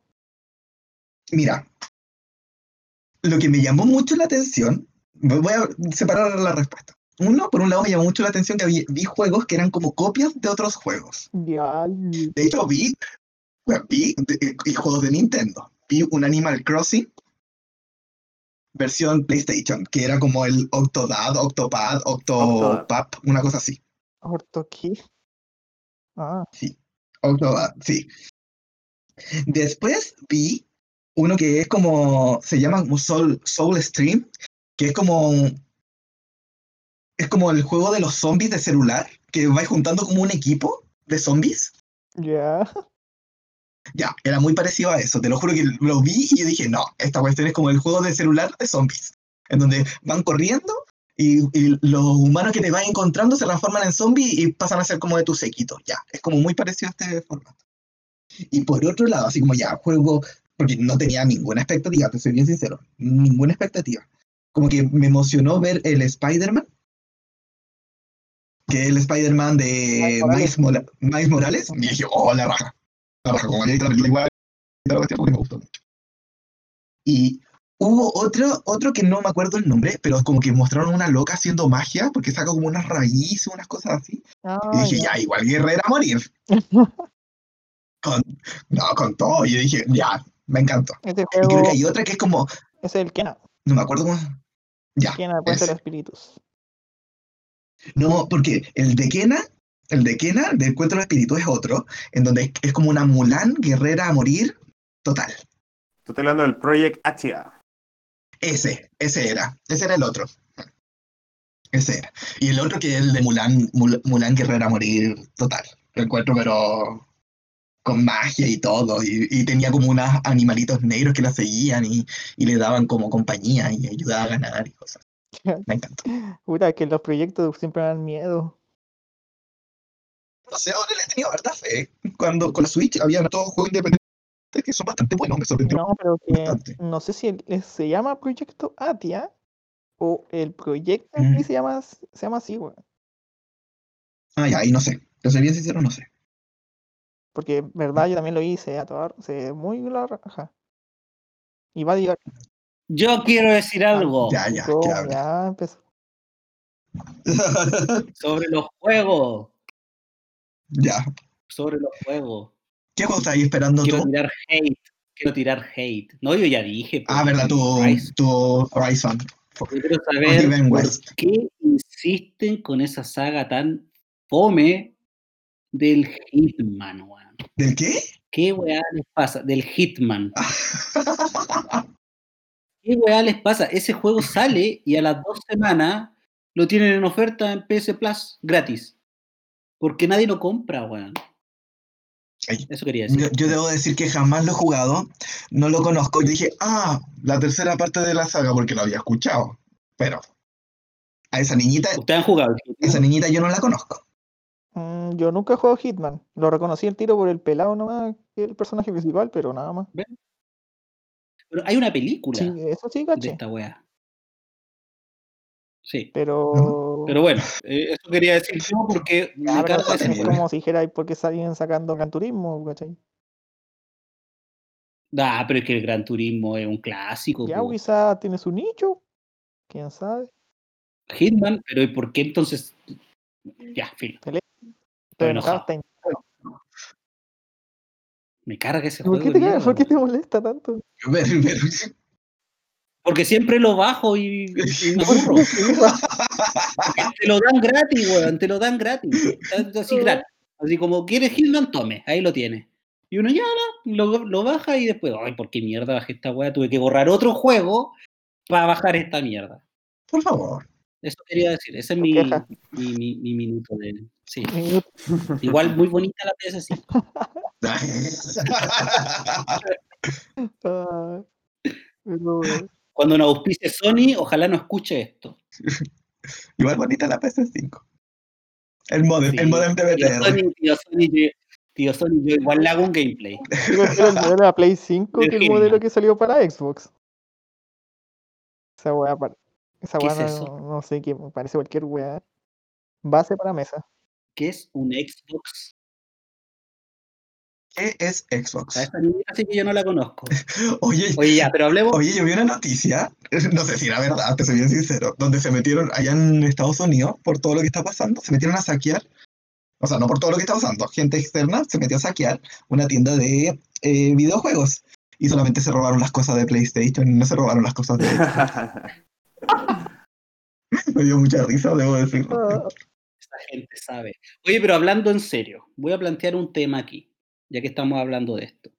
[SPEAKER 2] Mira. Lo que me llamó mucho la atención. Voy a separar la respuesta. uno, por un lado me llamó mucho la atención que vi, vi juegos que eran como copias de otros juegos.
[SPEAKER 1] Ya, y-
[SPEAKER 2] De hecho, vi, vi de- y juegos de Nintendo. Vi un Animal Crossing versión PlayStation, que era como el Octodad, Octopad, Octopap, una cosa así.
[SPEAKER 1] ¿Orto qué? Ah,
[SPEAKER 2] Octodad, sí. Después vi uno que es como, se llama como Soul, Soul Stream, que es como, un- es como el juego de los zombies de celular, que vais juntando como un equipo de zombies.
[SPEAKER 1] ya.
[SPEAKER 2] Ya, era muy parecido a eso, te lo juro que lo vi y yo dije, no, esta cuestión es como el juego de celular de zombies, en donde van corriendo y, y los humanos que te van encontrando se transforman en zombies y pasan a ser como de tus sequitos, ya, es como muy parecido a este formato. Y por otro lado, así como ya, juego, porque no tenía ninguna expectativa, te soy bien sincero, ninguna expectativa. Como que me emocionó ver el Spider-Man, que es el Spider-Man de
[SPEAKER 1] Miles Morales.
[SPEAKER 2] Miles, Mola- Miles Morales, y dije, oh, la raja la raja, como había visto la película igual, y toda la cuestión, porque me gustó mucho. Y hubo otro, otro que no me acuerdo el nombre, pero como que mostraron una loca haciendo magia, porque saca como unas raíces, unas cosas así. Y
[SPEAKER 1] Ah,
[SPEAKER 2] dije,
[SPEAKER 1] ya.
[SPEAKER 2] ya, igual guerrera a morir. Con, no, con todo. Y yo dije, ya, me encantó.
[SPEAKER 1] Este
[SPEAKER 2] Y creo
[SPEAKER 1] juego
[SPEAKER 2] que hay otra que es como,
[SPEAKER 1] es el Kena.
[SPEAKER 2] no me acuerdo cómo. Ya,
[SPEAKER 1] Kena, la puerta de
[SPEAKER 2] ese.
[SPEAKER 1] los espíritus.
[SPEAKER 2] No, porque el de Kena, el de Kena, del cuento de los espíritus, es otro, en donde es, es como una Mulan guerrera a morir total.
[SPEAKER 3] Tú estás hablando del Project Atia.
[SPEAKER 2] Ese, ese era. Ese era el otro. Ese era. Y el otro que es el de Mulan, Mul- Mulan Guerrera Morir total. Lo encuentro, pero con magia y todo. Y, y tenía como unos animalitos negros que la seguían y, y le daban como compañía y ayudaba a ganar y cosas. Me encantó.
[SPEAKER 1] Puta, que los proyectos siempre dan miedo.
[SPEAKER 2] No sé, ahora le he tenido harta fe. Cuando con la Switch había todos juegos independientes que son bastante buenos, me sorprendió.
[SPEAKER 1] No, pero que
[SPEAKER 2] Bastante.
[SPEAKER 1] no sé si el- eh, se llama Proyecto Atia o el proyecto en sí
[SPEAKER 2] Mm.
[SPEAKER 1] se llama, as- se llama así, weón.
[SPEAKER 2] Ay, ay, no sé. Yo soy bien sincero, no sé.
[SPEAKER 1] Porque en verdad yo también lo hice a toda, se muy la raja. Y va a llegar.
[SPEAKER 4] Yo quiero decir algo
[SPEAKER 2] Ah, Ya, ya,
[SPEAKER 1] todo,
[SPEAKER 2] que habla.
[SPEAKER 1] Oh, ya empezó.
[SPEAKER 4] sobre los juegos.
[SPEAKER 2] ya.
[SPEAKER 4] Sobre los juegos.
[SPEAKER 2] ¿Qué juego estáis esperando
[SPEAKER 4] Quiero
[SPEAKER 2] tú?
[SPEAKER 4] tirar hate. Quiero tirar hate. No, yo ya dije.
[SPEAKER 2] Ah,
[SPEAKER 4] pues,
[SPEAKER 2] verdad, tu,
[SPEAKER 4] Horizon.
[SPEAKER 2] tu Horizon.
[SPEAKER 4] Yo quiero
[SPEAKER 2] Forbidden
[SPEAKER 4] saber por
[SPEAKER 2] West.
[SPEAKER 4] qué insisten con esa saga tan fome del Hitman, weón.
[SPEAKER 2] ¿Del qué?
[SPEAKER 4] ¿Qué weá les pasa? Del Hitman. ¿Qué weá les pasa? Ese juego sale y a las dos semanas lo tienen en oferta en PS Plus gratis. Porque nadie lo compra, weón.
[SPEAKER 2] Ay.
[SPEAKER 4] Eso quería decir.
[SPEAKER 2] Yo, yo debo decir que jamás lo he jugado, no lo conozco. Y dije, ah, la tercera parte de la saga, porque lo había escuchado. Pero a esa niñita,
[SPEAKER 4] ¿Ustedes han jugado? el Hitman?
[SPEAKER 2] esa niñita yo no la conozco.
[SPEAKER 1] Mm, yo nunca he jugado Hitman. Lo reconocí el tiro por el pelado nomás, que es el personaje principal, pero nada más.
[SPEAKER 4] Pero hay una película
[SPEAKER 1] Sí, eso sí,
[SPEAKER 4] de
[SPEAKER 1] caché.
[SPEAKER 4] esta weá. Sí.
[SPEAKER 1] Pero.
[SPEAKER 4] Pero bueno, eh, eso quería decir yo porque
[SPEAKER 1] Ya,
[SPEAKER 4] me
[SPEAKER 1] pero
[SPEAKER 4] carga ese
[SPEAKER 1] es
[SPEAKER 2] tenible.
[SPEAKER 4] juego.
[SPEAKER 1] como si dijera, ¿y por qué salían sacando Gran Turismo? ¿cachai?
[SPEAKER 4] Ah, pero es que el Gran Turismo es un clásico.
[SPEAKER 1] Ya
[SPEAKER 4] po.
[SPEAKER 1] quizá tiene su nicho, quién sabe.
[SPEAKER 4] Hitman, pero ¿y por qué entonces? Ya, fin.
[SPEAKER 1] Pelea.
[SPEAKER 4] Estoy
[SPEAKER 1] Pero enojado
[SPEAKER 4] enojado.
[SPEAKER 1] está in-
[SPEAKER 4] Me carga ese
[SPEAKER 1] ¿Por
[SPEAKER 4] juego.
[SPEAKER 1] qué,
[SPEAKER 4] de
[SPEAKER 1] te, cagas?
[SPEAKER 4] mierda,
[SPEAKER 1] ¿Por qué te
[SPEAKER 4] weón.
[SPEAKER 1] molesta tanto?
[SPEAKER 2] Ver, ver.
[SPEAKER 4] Porque siempre lo bajo y, y me aburro. Porque te lo dan gratis, weón, te lo dan gratis. Tanto Así, gratis. Así como quieres Hitman, tome, ahí lo tienes. Y uno ya la- lo, lo baja y después, ay, ¿por qué mierda bajé esta weá? Tuve que borrar otro juego para bajar esta mierda.
[SPEAKER 2] Por favor.
[SPEAKER 4] Eso quería decir, ese es
[SPEAKER 1] Tu
[SPEAKER 4] mi,
[SPEAKER 1] queja.
[SPEAKER 4] mi, mi- mi minuto de... Sí,
[SPEAKER 1] Ni-
[SPEAKER 4] igual muy bonita la PS5.
[SPEAKER 1] ah, pero, eh,
[SPEAKER 4] Cuando nos auspice Sony, ojalá no escuche esto.
[SPEAKER 2] Igual bonita la PS5. El modem, el
[SPEAKER 4] Sí,
[SPEAKER 2] modem de
[SPEAKER 4] tío
[SPEAKER 2] BTR.
[SPEAKER 4] Sony, tío Sony, yo- tío Sony, yo igual le hago un gameplay.
[SPEAKER 1] yo prefiero el modelo de la Play 5 que el
[SPEAKER 4] Virginia.
[SPEAKER 1] modelo que salió para Xbox. Esa weá, par- esa
[SPEAKER 4] ¿Qué
[SPEAKER 1] weá
[SPEAKER 4] es eso?
[SPEAKER 1] no, no sé qué, parece cualquier weá. Base para mesa.
[SPEAKER 4] ¿Qué es un Xbox?
[SPEAKER 2] es Xbox.
[SPEAKER 4] A esa niña sí que yo no la conozco.
[SPEAKER 2] Oye,
[SPEAKER 4] Oye, ya, pero hablemos.
[SPEAKER 2] Oye, yo vi una noticia, no sé si era verdad, te soy bien sincero, donde se metieron allá en Estados Unidos por todo lo que está pasando, se metieron a saquear, o sea, no por todo lo que está pasando, gente externa se metió a saquear una tienda de eh, videojuegos y solamente se robaron las cosas de PlayStation, no se robaron las cosas de... Me dio mucha risa, debo
[SPEAKER 1] Oh. Ah,
[SPEAKER 2] decirlo.
[SPEAKER 4] Esta gente sabe. Oye, pero hablando en serio, voy a plantear un tema aquí, ya que estamos hablando de esto.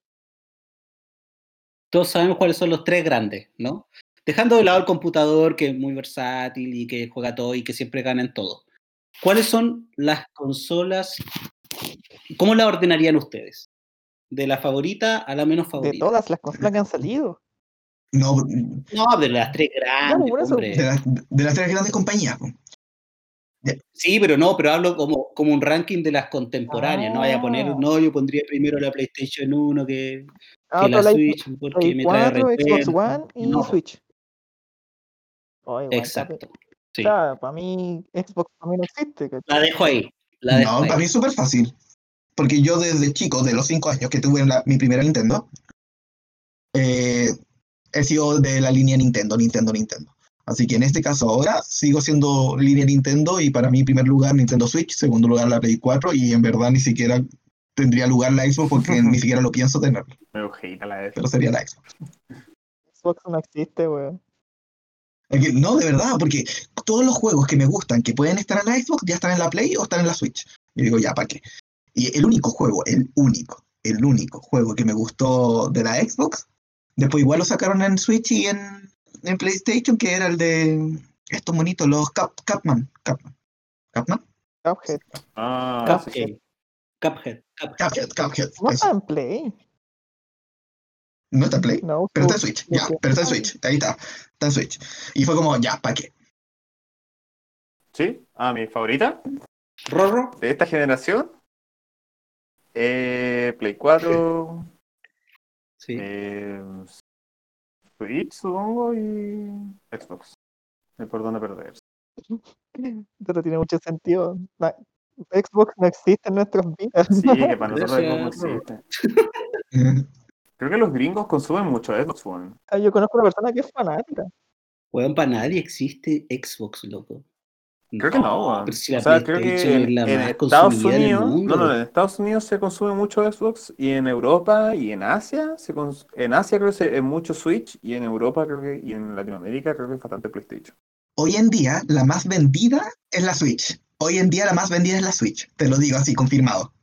[SPEAKER 4] Todos sabemos cuáles son los tres grandes, ¿no? Dejando de lado el computador, que es muy versátil y que juega todo y que siempre gana en todo. ¿Cuáles son las consolas? ¿Cómo las ordenarían ustedes? De la favorita a la menos
[SPEAKER 1] De
[SPEAKER 4] favorita.
[SPEAKER 1] todas las consolas que han salido.
[SPEAKER 2] No,
[SPEAKER 4] No, de las tres grandes,
[SPEAKER 1] por eso.
[SPEAKER 4] hombre.
[SPEAKER 2] de, las- de las tres grandes compañías. po.
[SPEAKER 4] Sí, pero no, pero hablo como, como un ranking de las contemporáneas. No vaya a poner,
[SPEAKER 1] Ah.
[SPEAKER 4] no, yo pondría primero la PlayStation 1 que,
[SPEAKER 1] Ah,
[SPEAKER 4] que la
[SPEAKER 1] Play-
[SPEAKER 4] Switch, porque
[SPEAKER 1] Play
[SPEAKER 4] me trae
[SPEAKER 1] 4, Xbox
[SPEAKER 4] recuerdos.
[SPEAKER 1] One y
[SPEAKER 4] No.
[SPEAKER 1] Switch. Oh, igual,
[SPEAKER 4] Exacto. Sí.
[SPEAKER 1] Claro, para mí Xbox también no existe. ¿cachai?
[SPEAKER 4] La dejo ahí. La dejo
[SPEAKER 2] No,
[SPEAKER 4] ahí.
[SPEAKER 2] para mí es súper fácil. Porque yo desde chico, de los 5 años que tuve la- mi primera Nintendo, eh, he sido de la línea Nintendo, Nintendo, Nintendo. Así que en este caso ahora sigo siendo línea Nintendo y para mí primer lugar Nintendo Switch, segundo lugar la Play 4 y en verdad ni siquiera tendría lugar la Xbox porque ni siquiera lo pienso tener,
[SPEAKER 3] Me ojeita la de
[SPEAKER 2] pero sería la Xbox.
[SPEAKER 1] Xbox no existe, weón.
[SPEAKER 2] Es que, No, de verdad, porque todos los juegos que me gustan, que pueden estar en la Xbox, ya están en la Play o están en la Switch. Y digo, ya, ¿para qué? Y el único juego, el único, el único juego que me gustó de la Xbox, después igual lo sacaron en Switch y en, en PlayStation, que era el de estos monitos, los Cap, Capman, Capman, Capman,
[SPEAKER 1] Cuphead.
[SPEAKER 3] Ah, sí.
[SPEAKER 4] Cuphead. Cuphead.
[SPEAKER 2] Cuphead,
[SPEAKER 4] Cuphead.
[SPEAKER 2] Cuphead.
[SPEAKER 1] No
[SPEAKER 2] eso.
[SPEAKER 1] está en Play.
[SPEAKER 2] No está en Play,
[SPEAKER 1] No,
[SPEAKER 2] pero está en
[SPEAKER 1] su-
[SPEAKER 2] Switch, ya,
[SPEAKER 1] ok.
[SPEAKER 2] pero está en Switch, ahí está, está en Switch. Y fue como, ya, ¿para qué?
[SPEAKER 3] ¿Sí? Ah, mi favorita
[SPEAKER 4] Rorro.
[SPEAKER 3] de esta generación. Eh, Play 4,
[SPEAKER 4] Sí.
[SPEAKER 3] eh, Switch, supongo, y Xbox. Me perdona perder.
[SPEAKER 1] Pero tiene mucho sentido. La- Xbox no existe en nuestras vidas.
[SPEAKER 3] Sí, que para
[SPEAKER 4] Gracias,
[SPEAKER 3] nosotros Xbox no
[SPEAKER 4] Rorro.
[SPEAKER 3] existe. Creo que los gringos consumen mucho Xbox One.
[SPEAKER 1] Ah, Yo conozco una persona que es fanática.
[SPEAKER 4] Weón, para nadie existe Xbox, loco.
[SPEAKER 3] Creo que no, weón.
[SPEAKER 4] Pero si la
[SPEAKER 3] o sea, creo que
[SPEAKER 4] PlayStation es
[SPEAKER 3] en,
[SPEAKER 4] la
[SPEAKER 3] en
[SPEAKER 4] más
[SPEAKER 3] Estados
[SPEAKER 4] consumida del
[SPEAKER 3] Unidos,
[SPEAKER 4] mundo.
[SPEAKER 3] no, no, en Estados Unidos se consume mucho Xbox y en Europa y en Asia, se cons- en Asia creo que se- es mucho Switch y en Europa creo que y en Latinoamérica creo que es bastante PlayStation.
[SPEAKER 2] Hoy en día la más vendida es la Switch. Hoy en día la más vendida es la Switch. Te lo digo así, confirmado.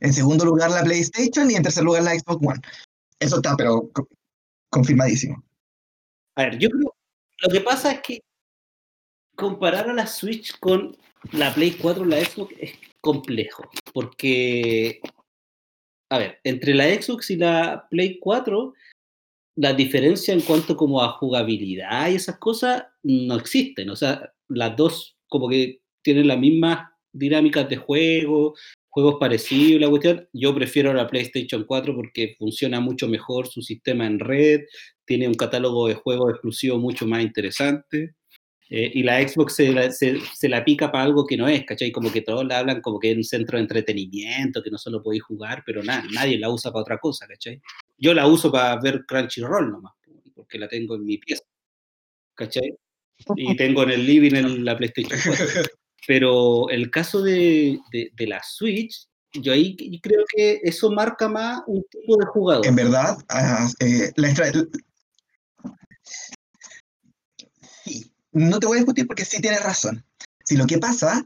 [SPEAKER 2] En segundo lugar la PlayStation y en tercer lugar la Xbox One. Eso está, pero co- confirmadísimo.
[SPEAKER 4] A ver, yo creo. Lo que pasa es que comparar a la Switch con la Play 4 la Xbox es complejo. Porque. A ver, entre la Xbox y la Play 4, la diferencia en cuanto como a jugabilidad y esas cosas no existen. O sea, las dos como que tienen las mismas dinámicas de juego, juegos parecidos, la cuestión. Yo prefiero la PlayStation 4 porque funciona mucho mejor su sistema en red, tiene un catálogo de juegos exclusivos mucho más interesante. eh, y la Xbox se la, se- se la pica para algo que no es, ¿cachai? Como que todos la hablan como que es un centro de entretenimiento, que no solo podéis jugar, pero nada, nadie la usa para otra cosa, ¿cachai? Yo la uso para ver Crunchyroll nomás, porque la tengo en mi pieza, ¿cachai? Y tengo en el living el- la PlayStation 4. Pero el caso de, de- de la Switch, yo ahí que- creo que eso marca más un tipo de jugador.
[SPEAKER 2] En verdad, ah, eh, la estra- l- Sí, no te voy a discutir porque sí tienes razón. Si lo que pasa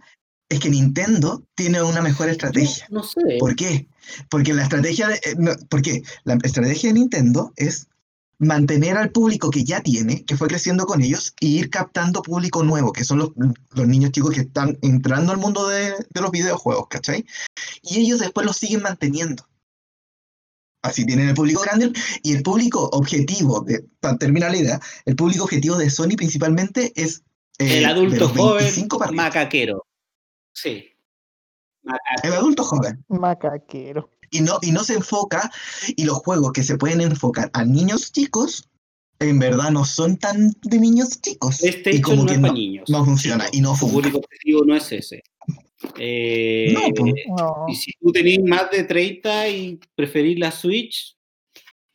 [SPEAKER 2] es que Nintendo tiene una mejor
[SPEAKER 4] Yo
[SPEAKER 2] estrategia.
[SPEAKER 4] no sé.
[SPEAKER 2] ¿Por qué? Porque la estrategia de, eh, no, ¿por qué? La estrategia de Nintendo es mantener al público que ya tiene, que fue creciendo con ellos, e ir captando público nuevo, que son los, los niños chicos que están entrando al mundo de, de los videojuegos, ¿cachai? Y ellos después los siguen manteniendo. Así tienen el público grande y el público objetivo, de, para terminar la idea, el público objetivo de Sony principalmente es... eh,
[SPEAKER 4] El
[SPEAKER 2] de
[SPEAKER 4] adulto
[SPEAKER 2] los
[SPEAKER 4] joven
[SPEAKER 2] 25 para arriba.
[SPEAKER 4] macaquero. Sí. Maca-
[SPEAKER 2] El adulto joven.
[SPEAKER 1] Macaquero.
[SPEAKER 2] y no, y no se enfoca, y los juegos que se pueden enfocar a niños chicos, en verdad no son tan de niños chicos. y
[SPEAKER 4] PlayStation
[SPEAKER 2] como
[SPEAKER 4] este no
[SPEAKER 2] que
[SPEAKER 4] es para
[SPEAKER 2] no,
[SPEAKER 4] niños.
[SPEAKER 2] no funciona, y no
[SPEAKER 4] Su
[SPEAKER 2] funciona.
[SPEAKER 4] público objetivo no es ese. Eh,
[SPEAKER 2] No, pues.
[SPEAKER 1] No.
[SPEAKER 4] Y si tú tenés más de 30 y preferís la Switch,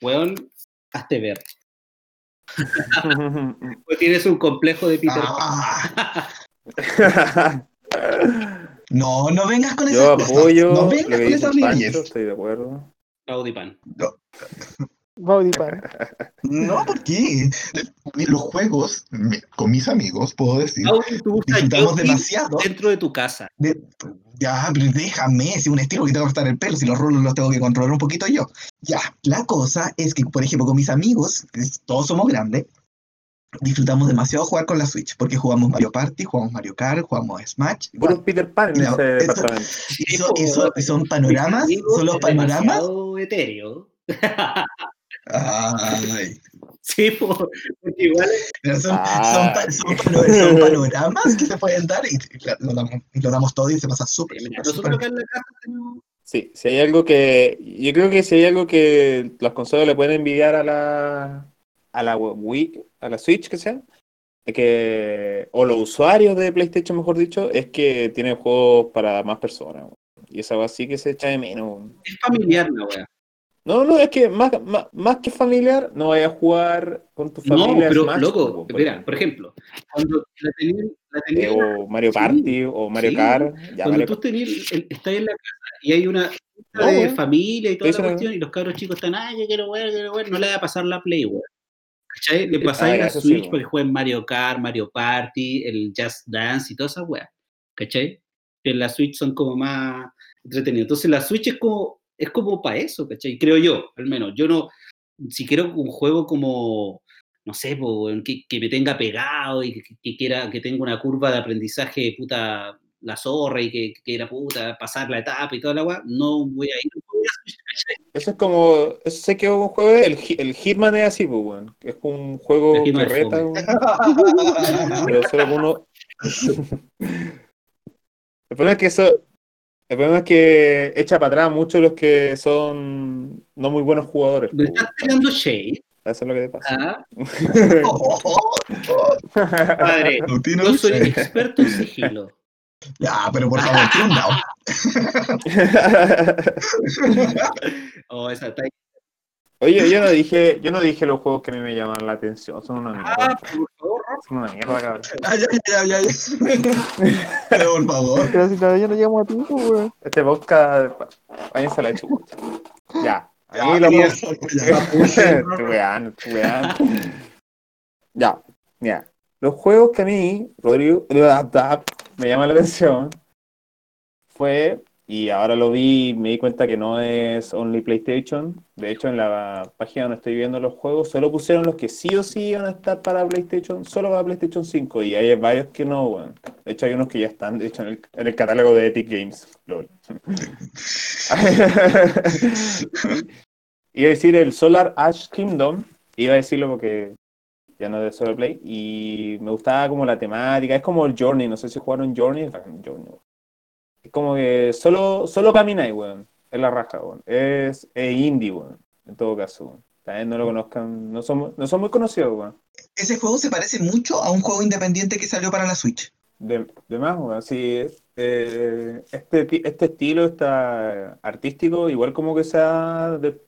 [SPEAKER 4] weón, hazte ver. O tienes un complejo de Peter Pan.
[SPEAKER 2] Ah, no, no vengas con
[SPEAKER 3] Yo
[SPEAKER 2] esas cosas.
[SPEAKER 3] apoyo
[SPEAKER 2] no
[SPEAKER 3] lo
[SPEAKER 2] vengas
[SPEAKER 3] que
[SPEAKER 2] con
[SPEAKER 3] dice
[SPEAKER 2] esas
[SPEAKER 3] el Pancho,
[SPEAKER 2] riñas.
[SPEAKER 3] estoy de acuerdo.
[SPEAKER 4] Audipan.
[SPEAKER 1] Body pan.
[SPEAKER 2] No, ¿por qué? Los juegos, mi- con mis amigos, puedo decir,
[SPEAKER 4] Audi, tú buscas
[SPEAKER 2] disfrutamos
[SPEAKER 4] joystick
[SPEAKER 2] demasiado.
[SPEAKER 4] dentro de tu casa.
[SPEAKER 2] de- ya, pero déjame, si un estilo que tengo que estar el pelo, si los rulos los tengo que controlar un poquito yo. Ya, la cosa es que, por ejemplo, con mis amigos, que es- todos somos grandes, disfrutamos demasiado jugar con la Switch, porque jugamos Mario Party, jugamos Mario Kart, jugamos Smash.
[SPEAKER 3] Puro Peter Pan en
[SPEAKER 2] Mira,
[SPEAKER 3] ese
[SPEAKER 2] esto-
[SPEAKER 3] departamento.
[SPEAKER 2] Y son- y son- y son panoramas,
[SPEAKER 4] Mis amigos
[SPEAKER 2] son los
[SPEAKER 4] es
[SPEAKER 2] panoramas.
[SPEAKER 4] demasiado etéreo.
[SPEAKER 2] Ay,
[SPEAKER 4] Sí, po, porque igual
[SPEAKER 2] pero son, son,
[SPEAKER 3] Ay.
[SPEAKER 2] pa- son pano- son panoramas que se pueden dar y la- lo damos, y lo damos todo y se pasa súper.
[SPEAKER 4] mira,
[SPEAKER 2] súper, súper
[SPEAKER 4] nosotros acá en la casa tenemos
[SPEAKER 3] Sí, si hay algo que. Yo creo que si hay algo que las consolas le pueden envidiar a la. a la Wii, a la Switch, que sea. es que, o los usuarios de PlayStation, mejor dicho, es que tienen juegos para más personas. weón. Y esa va sí que se echa de menos. weón.
[SPEAKER 4] es familiar la wea.
[SPEAKER 3] No, no, es que más, más, más que familiar, no vayas a jugar con tu
[SPEAKER 4] No,
[SPEAKER 3] familia.
[SPEAKER 4] pero
[SPEAKER 3] Smash,
[SPEAKER 4] loco,
[SPEAKER 3] weón, por
[SPEAKER 4] mira,
[SPEAKER 3] ejemplo.
[SPEAKER 4] por ejemplo, cuando la tenían, la
[SPEAKER 3] Eh,
[SPEAKER 4] tenían
[SPEAKER 3] o Mario
[SPEAKER 4] Sí,
[SPEAKER 3] Party, o Mario
[SPEAKER 4] sí,
[SPEAKER 3] Kart. Ya,
[SPEAKER 4] Cuando
[SPEAKER 3] Mario
[SPEAKER 4] tú tenés, el- estás en la casa y hay una
[SPEAKER 3] No,
[SPEAKER 4] lista de
[SPEAKER 3] weón.
[SPEAKER 4] familia y toda
[SPEAKER 3] Eso
[SPEAKER 4] la
[SPEAKER 3] no.
[SPEAKER 4] cuestión, y los cabros chicos están, ah, yo quiero jugar, yo quiero jugar, no le va a pasar la Play, weón. ¿Cachai? Le
[SPEAKER 3] Ah,
[SPEAKER 4] pasáis
[SPEAKER 3] ya,
[SPEAKER 4] la
[SPEAKER 3] eso sí,
[SPEAKER 4] Switch
[SPEAKER 3] weón.
[SPEAKER 4] porque juegan Mario Kart, Mario Party, el Just Dance y todas esas weas. ¿Cachai? Que en la Switch son como más entretenidos. Entonces la Switch es como, es como para eso, ¿cachai? Creo yo, al menos. Yo no, si quiero un juego como, no sé, po, weón, que, que me tenga pegado y que, que quiera, que tenga una curva de aprendizaje puta la zorra y que, que quiera puta pasar la etapa y toda la weá, no voy a ir. a jugar a Switch, ¿cachai?
[SPEAKER 3] Eso es como. Eso sé que es un juego. El, Hi- el Hitman es así, pues, weón. Es un juego
[SPEAKER 4] El
[SPEAKER 3] que
[SPEAKER 4] Hitman es
[SPEAKER 3] reta,
[SPEAKER 4] fome.
[SPEAKER 3] weón. Pero solo que uno. El problema es que eso. El problema es que echa para atrás mucho los que son no muy buenos jugadores.
[SPEAKER 4] Me
[SPEAKER 3] pues,
[SPEAKER 4] estás
[SPEAKER 3] weón.
[SPEAKER 4] tirando shade,
[SPEAKER 3] Eso es lo que te pasa.
[SPEAKER 4] ¿ah?
[SPEAKER 2] Oh, oh, oh,
[SPEAKER 4] padre.
[SPEAKER 2] no tiene
[SPEAKER 4] Yo soy
[SPEAKER 2] dulce.
[SPEAKER 4] experto en sigilo.
[SPEAKER 2] Ya, pero por favor, tú no.
[SPEAKER 4] Ah. Oh, esa está-
[SPEAKER 3] Oye, yo no dije, yo no dije los juegos que a mí me llaman la atención. Son una
[SPEAKER 4] Ah,
[SPEAKER 3] mierda.
[SPEAKER 4] por favor.
[SPEAKER 3] Son una mierda, cabrón.
[SPEAKER 2] Ay, ay, ay, ay, ay. Pero por favor.
[SPEAKER 1] Pero si todavía no llegamos a tiempo, weón.
[SPEAKER 3] Este podcast. Váyanse a la chucha. Ya. A
[SPEAKER 2] Ya,
[SPEAKER 3] mí lo
[SPEAKER 2] ya,
[SPEAKER 3] más-
[SPEAKER 2] ya.
[SPEAKER 3] Estoy weando, estoy weando. Ya, mira. Los juegos que a mí, Rodrigo, me llama la atención fue, y ahora lo vi, y me di cuenta que no es Only PlayStation. De hecho, en la página donde estoy viendo los juegos, solo pusieron los que sí o sí iban a estar para PlayStation, solo para PlayStation 5. Y hay varios que no, weón. De hecho, hay unos que ya están, de hecho, en el, en el catálogo de Epic Games. Lol. Iba a decir el Solar Ash Kingdom, iba a decirlo porque ya no es de solo play, y me gustaba como la temática, es como el Journey, no sé si jugaron Journey, es bacán, Journey. weón. Es como que solo, solo camináis, weón, es la raja, weón, es, es indie, weón, en todo caso, weón. También no lo conozcan, no son, no son muy conocidos, weón.
[SPEAKER 2] Ese juego se parece mucho a un juego independiente que salió para la Switch.
[SPEAKER 3] De, de más, weón, sí, eh, este, ti- este estilo está artístico, igual como que se ha, de-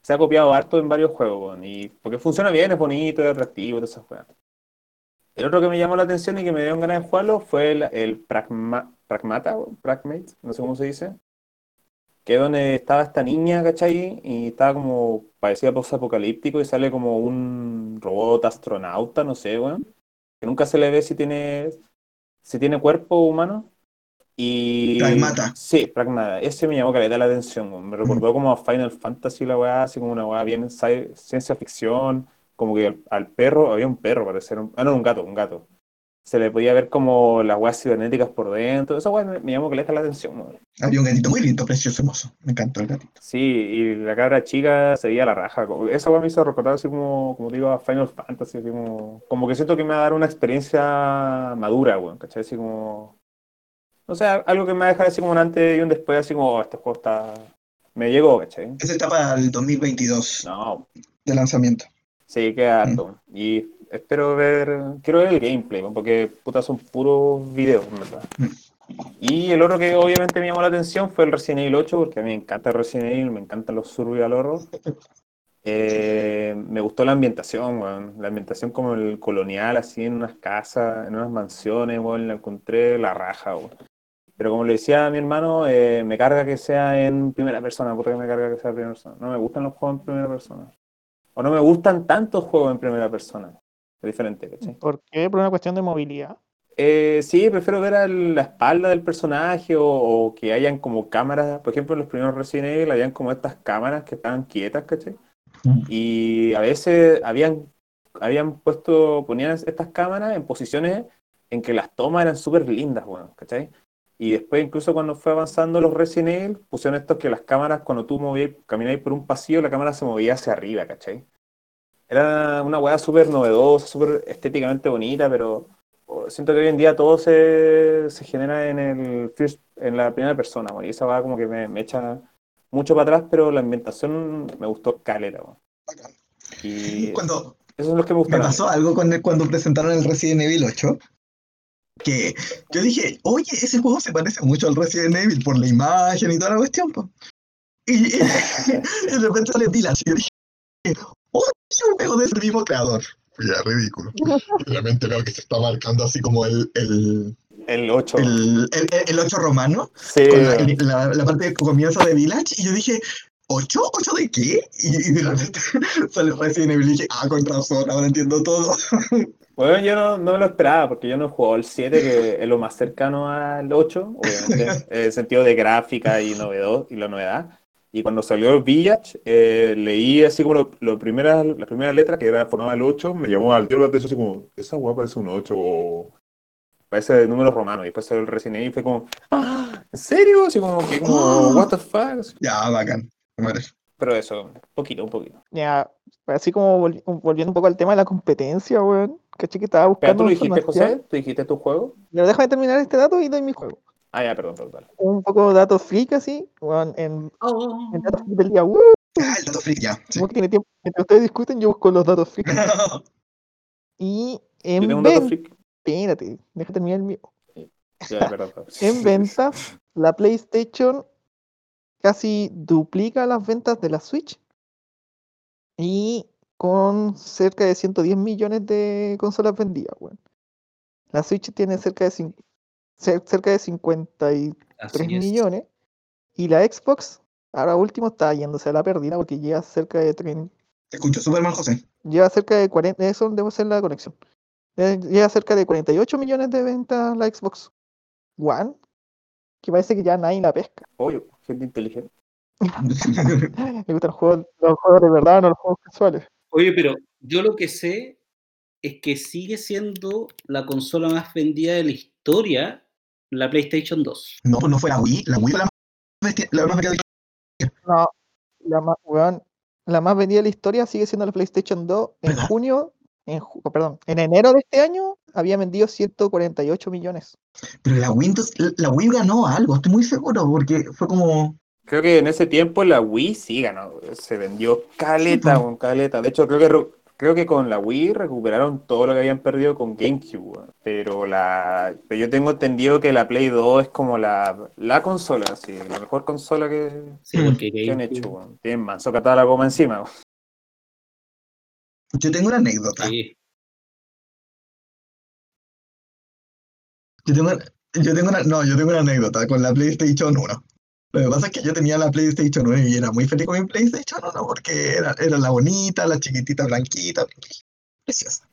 [SPEAKER 3] se ha copiado harto en varios juegos, weón, y porque funciona bien, es bonito, es atractivo, todas esas cosas. El otro que me llamó la atención y que me dieron ganas de jugarlo fue el, el Pragma- Pragmata, o Pragmate, no sé cómo se dice, que es donde estaba esta niña, ¿cachai? Y estaba como, parecía post-apocalíptico y sale como un robot astronauta, no sé, weón, que nunca se le ve si tiene si tiene cuerpo humano. Y.
[SPEAKER 2] Pragmata.
[SPEAKER 3] Sí, Pragmata. Ese me llamó caleta la atención. weón. Me recordó como a Final Fantasy la weá, así como una weá bien sci- ciencia ficción. Como que al, al perro, había un perro, parece. era un- ah, no, un gato, un gato. Se le podía ver como las weas cibernéticas por dentro. Esa weá me, me llamó caleta la atención. weón.
[SPEAKER 2] Había un gatito muy lindo, precioso, hermoso. Me encantó el gatito.
[SPEAKER 3] Sí, y la cabra chica se veía la raja. como- Esa weá me hizo recordar así como, como digo, a Final Fantasy, así como, como que siento que me va a dar una experiencia madura, weón, ¿cachai? Así como. No sé, algo que me va a dejar así como un antes y un después, así como, "Oh, este juego está. Me llegó, ¿cachai?
[SPEAKER 2] Ese está para el 2022
[SPEAKER 3] No,
[SPEAKER 2] de lanzamiento.
[SPEAKER 3] sí, queda harto. Y espero ver. Quiero ver el gameplay, weón, porque puta son puros videos, en ¿verdad? Y el otro que obviamente me llamó la atención fue el Resident Evil 8, porque a mí me encanta Resident Evil, me encantan los survival horror. Eh, me gustó la ambientación, weón. La ambientación como el colonial, así en unas casas, en unas mansiones, weón. La encontré la raja, weón. Pero como le decía a mi hermano, eh, me carga que sea en primera persona, porque me carga que sea en primera persona. No me gustan los juegos en primera persona. O no me gustan tantos juegos en primera persona. Es diferente, ¿cachai?
[SPEAKER 1] ¿Por qué? Por una cuestión de movilidad.
[SPEAKER 3] Eh, sí, prefiero ver a la espalda del personaje o, o que hayan como cámaras. Por ejemplo, en los primeros Resident Evil habían como estas cámaras que estaban quietas, ¿cachai? y a veces habían, habían puesto, ponían estas cámaras en posiciones en que las tomas eran súper lindas, bueno, ¿cachai?
[SPEAKER 2] Mm.
[SPEAKER 3] Y después incluso cuando fue avanzando los Resident Evil, pusieron estos que las cámaras, cuando tú movías, caminabas por un pasillo, la cámara se movía hacia arriba, ¿cachai? Era una weá súper novedosa, súper estéticamente bonita, pero siento que hoy en día todo se, se genera en el first- en la primera persona, bueno, y esa weá como que me, me echa mucho para atrás, pero la inventación me gustó calera, bueno.
[SPEAKER 2] Bacán.
[SPEAKER 3] Y
[SPEAKER 2] Cuando
[SPEAKER 3] eso es lo que me
[SPEAKER 2] me
[SPEAKER 3] gustaron.
[SPEAKER 2] pasó algo con el- cuando presentaron el Resident Evil 8, que yo dije, oye, ese juego se parece mucho al Resident Evil por la imagen y toda la cuestión. po". Y, y de repente le di la y yo dije, oye, es un juego de ese mismo creador.
[SPEAKER 5] Ya, ridículo. Realmente veo que se está marcando así como el, el,
[SPEAKER 3] El 8.
[SPEAKER 2] El, el, el 8 romano,
[SPEAKER 3] Sí.
[SPEAKER 2] con la, la- la parte que comienza de Village, y yo dije, ¿8? ¿8 de qué? Y, y de repente sale Resident Evil y dije, ah, con razón, ahora entiendo todo.
[SPEAKER 3] Bueno, yo no, no me lo esperaba porque yo no he jugado el 7, que es lo más cercano al 8, obviamente, Eh, en el sentido de gráfica y novedad, y la novedad. Y cuando salió el Village, eh, leí así como lo, lo primera, la primera letra que era formada el 8, me
[SPEAKER 5] Me llamó al tiro la atención así como, esa weá parece un 8 o...
[SPEAKER 3] parece de número romano. Y después salió el Resident Evil y fue como, ¡Ah! ¿En serio? Así como, que como, ¿What the fuck? Así.
[SPEAKER 2] Ya, bacán. Bueno,
[SPEAKER 3] Pero eso, un poquito, un poquito.
[SPEAKER 1] Ya, así como volvi- volviendo un poco al tema de la competencia, weón. Caché que estaba
[SPEAKER 3] Pero
[SPEAKER 1] buscando
[SPEAKER 3] tú lo dijiste,
[SPEAKER 1] información.
[SPEAKER 3] José, tú dijiste tu juego.
[SPEAKER 1] Pero déjame terminar este dato y doy mi juego.
[SPEAKER 3] Ah, ya, perdón, perdón. dale.
[SPEAKER 1] Un poco de datos freak así, weón, en,
[SPEAKER 4] Oh.
[SPEAKER 1] en datos freak del día. Uh,
[SPEAKER 2] ah, el dato freak, ya. sí.
[SPEAKER 1] como que tiene tiempo. Mientras ustedes discuten, yo busco los datos freak. Y
[SPEAKER 3] Yo tengo
[SPEAKER 1] en
[SPEAKER 3] un dato
[SPEAKER 1] venta,
[SPEAKER 3] freak.
[SPEAKER 1] espérate, déjame terminar el mío.
[SPEAKER 3] Ya, perdón, perdón.
[SPEAKER 1] En venta, la PlayStation casi duplica las ventas de la Switch. Y con cerca de 110 millones de consolas vendidas, weón. La Switch tiene cerca de, cin- cer- cerca de 53
[SPEAKER 4] Así es.
[SPEAKER 1] millones. Y la Xbox, ahora último, está yéndose a la pérdida porque lleva cerca de 30
[SPEAKER 2] Te escucho, Superman José.
[SPEAKER 1] lleva cerca de 40, eso debo ser la conexión. Eh, Lleva cerca de 48 millones de ventas la Xbox One, que parece que ya nadie la pesca.
[SPEAKER 3] Oye, gente inteligente.
[SPEAKER 1] Me gustan los juegos, los juegos de verdad, no los juegos casuales.
[SPEAKER 4] Oye, pero yo lo que sé es que sigue siendo la consola más vendida de la historia, la PlayStation 2.
[SPEAKER 2] No, pues no fue la Wii. La Wii fue la más bestia- la más bestia de-
[SPEAKER 1] No, la más, weón, la más vendida de la historia sigue siendo la PlayStation 2 en
[SPEAKER 2] ¿Verdad?
[SPEAKER 1] junio. En, ju- oh, perdón, en enero de este año había vendido 148 millones.
[SPEAKER 2] Pero la Wii, entonces, la Wii ganó algo, estoy muy seguro, porque fue como.
[SPEAKER 3] Creo que en ese tiempo la Wii sí ganó. Se vendió caleta
[SPEAKER 2] Sí, po.
[SPEAKER 3] con caleta. De hecho, creo que, ru- creo que con la Wii recuperaron todo lo que habían perdido con GameCube. weón. Pero la pero yo tengo entendido que la Play 2 es como la, la consola, sí, la mejor consola que,
[SPEAKER 4] Sí,
[SPEAKER 2] Mm.
[SPEAKER 4] porque
[SPEAKER 3] que han
[SPEAKER 4] GameCube-
[SPEAKER 3] hecho. weón. Tienen manso catada la goma encima. weón.
[SPEAKER 2] Yo tengo una anécdota.
[SPEAKER 4] sí.
[SPEAKER 2] Yo tengo, yo tengo una, no, yo tengo una anécdota con la PlayStation 1. Lo que pasa es que yo tenía la PlayStation 1 y era muy feliz con mi PlayStation 1 porque era, era la bonita, la chiquitita, blanquita, preciosa.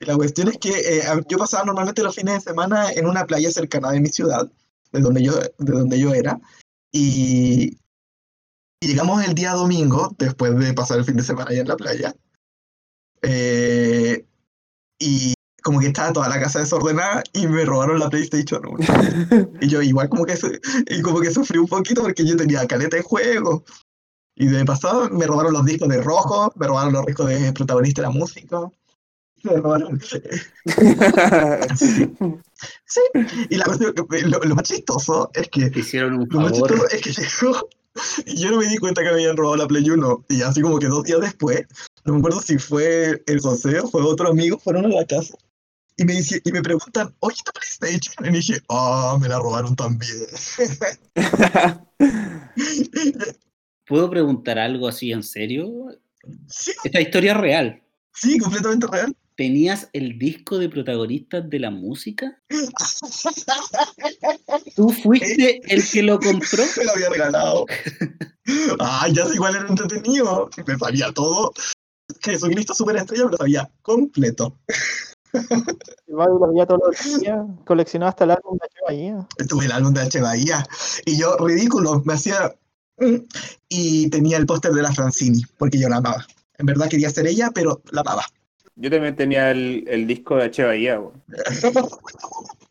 [SPEAKER 2] Y la cuestión es que eh, a- yo pasaba normalmente los fines de semana en una playa cercana de mi ciudad, de donde yo, de donde yo era, y, y llegamos el día domingo, después de pasar el fin de semana allá en la playa, eh, y como que estaba toda la casa desordenada y me robaron la PlayStation 1. Y yo igual como que, su- y como que sufrí un poquito porque yo tenía caleta de juego. Y de pasado me robaron los discos de rojo, me robaron los discos de protagonista de la música. Me robaron. Sí. Sí. Y la cuestión- lo, lo más chistoso es que
[SPEAKER 4] Te hicieron un
[SPEAKER 2] lo más
[SPEAKER 4] favor.
[SPEAKER 2] chistoso este es que llegó. y Yo no me di cuenta que me habían robado la Play 1. Y así como que dos días después, no me acuerdo si fue el José o fue otro amigo, fueron a la casa. Y me, dice, y me preguntan, oye, ¿esta PlayStation? Y dije, ah, me la robaron también.
[SPEAKER 4] ¿Puedo preguntar algo así en serio?
[SPEAKER 2] sí,
[SPEAKER 4] Esta historia es real.
[SPEAKER 2] sí, completamente real.
[SPEAKER 4] ¿Tenías el disco de protagonistas de la música? ¿Tú fuiste el que lo compró?
[SPEAKER 2] Me lo había regalado. Ah, ya sé igual era entretenido. Me sabía todo. Jesucristo superestrella me lo sabía completo.
[SPEAKER 1] El Babi lo veía todos los días, coleccionó hasta el álbum de ¿eh? Bahía.
[SPEAKER 2] Tuve el álbum de H. Bahía. Y yo, ridículo, me hacía... mm, Y tenía el póster de la Francini, porque yo la amaba. En verdad quería ser ella, pero la amaba.
[SPEAKER 3] Yo también tenía el, el disco de H. Bahía, weón.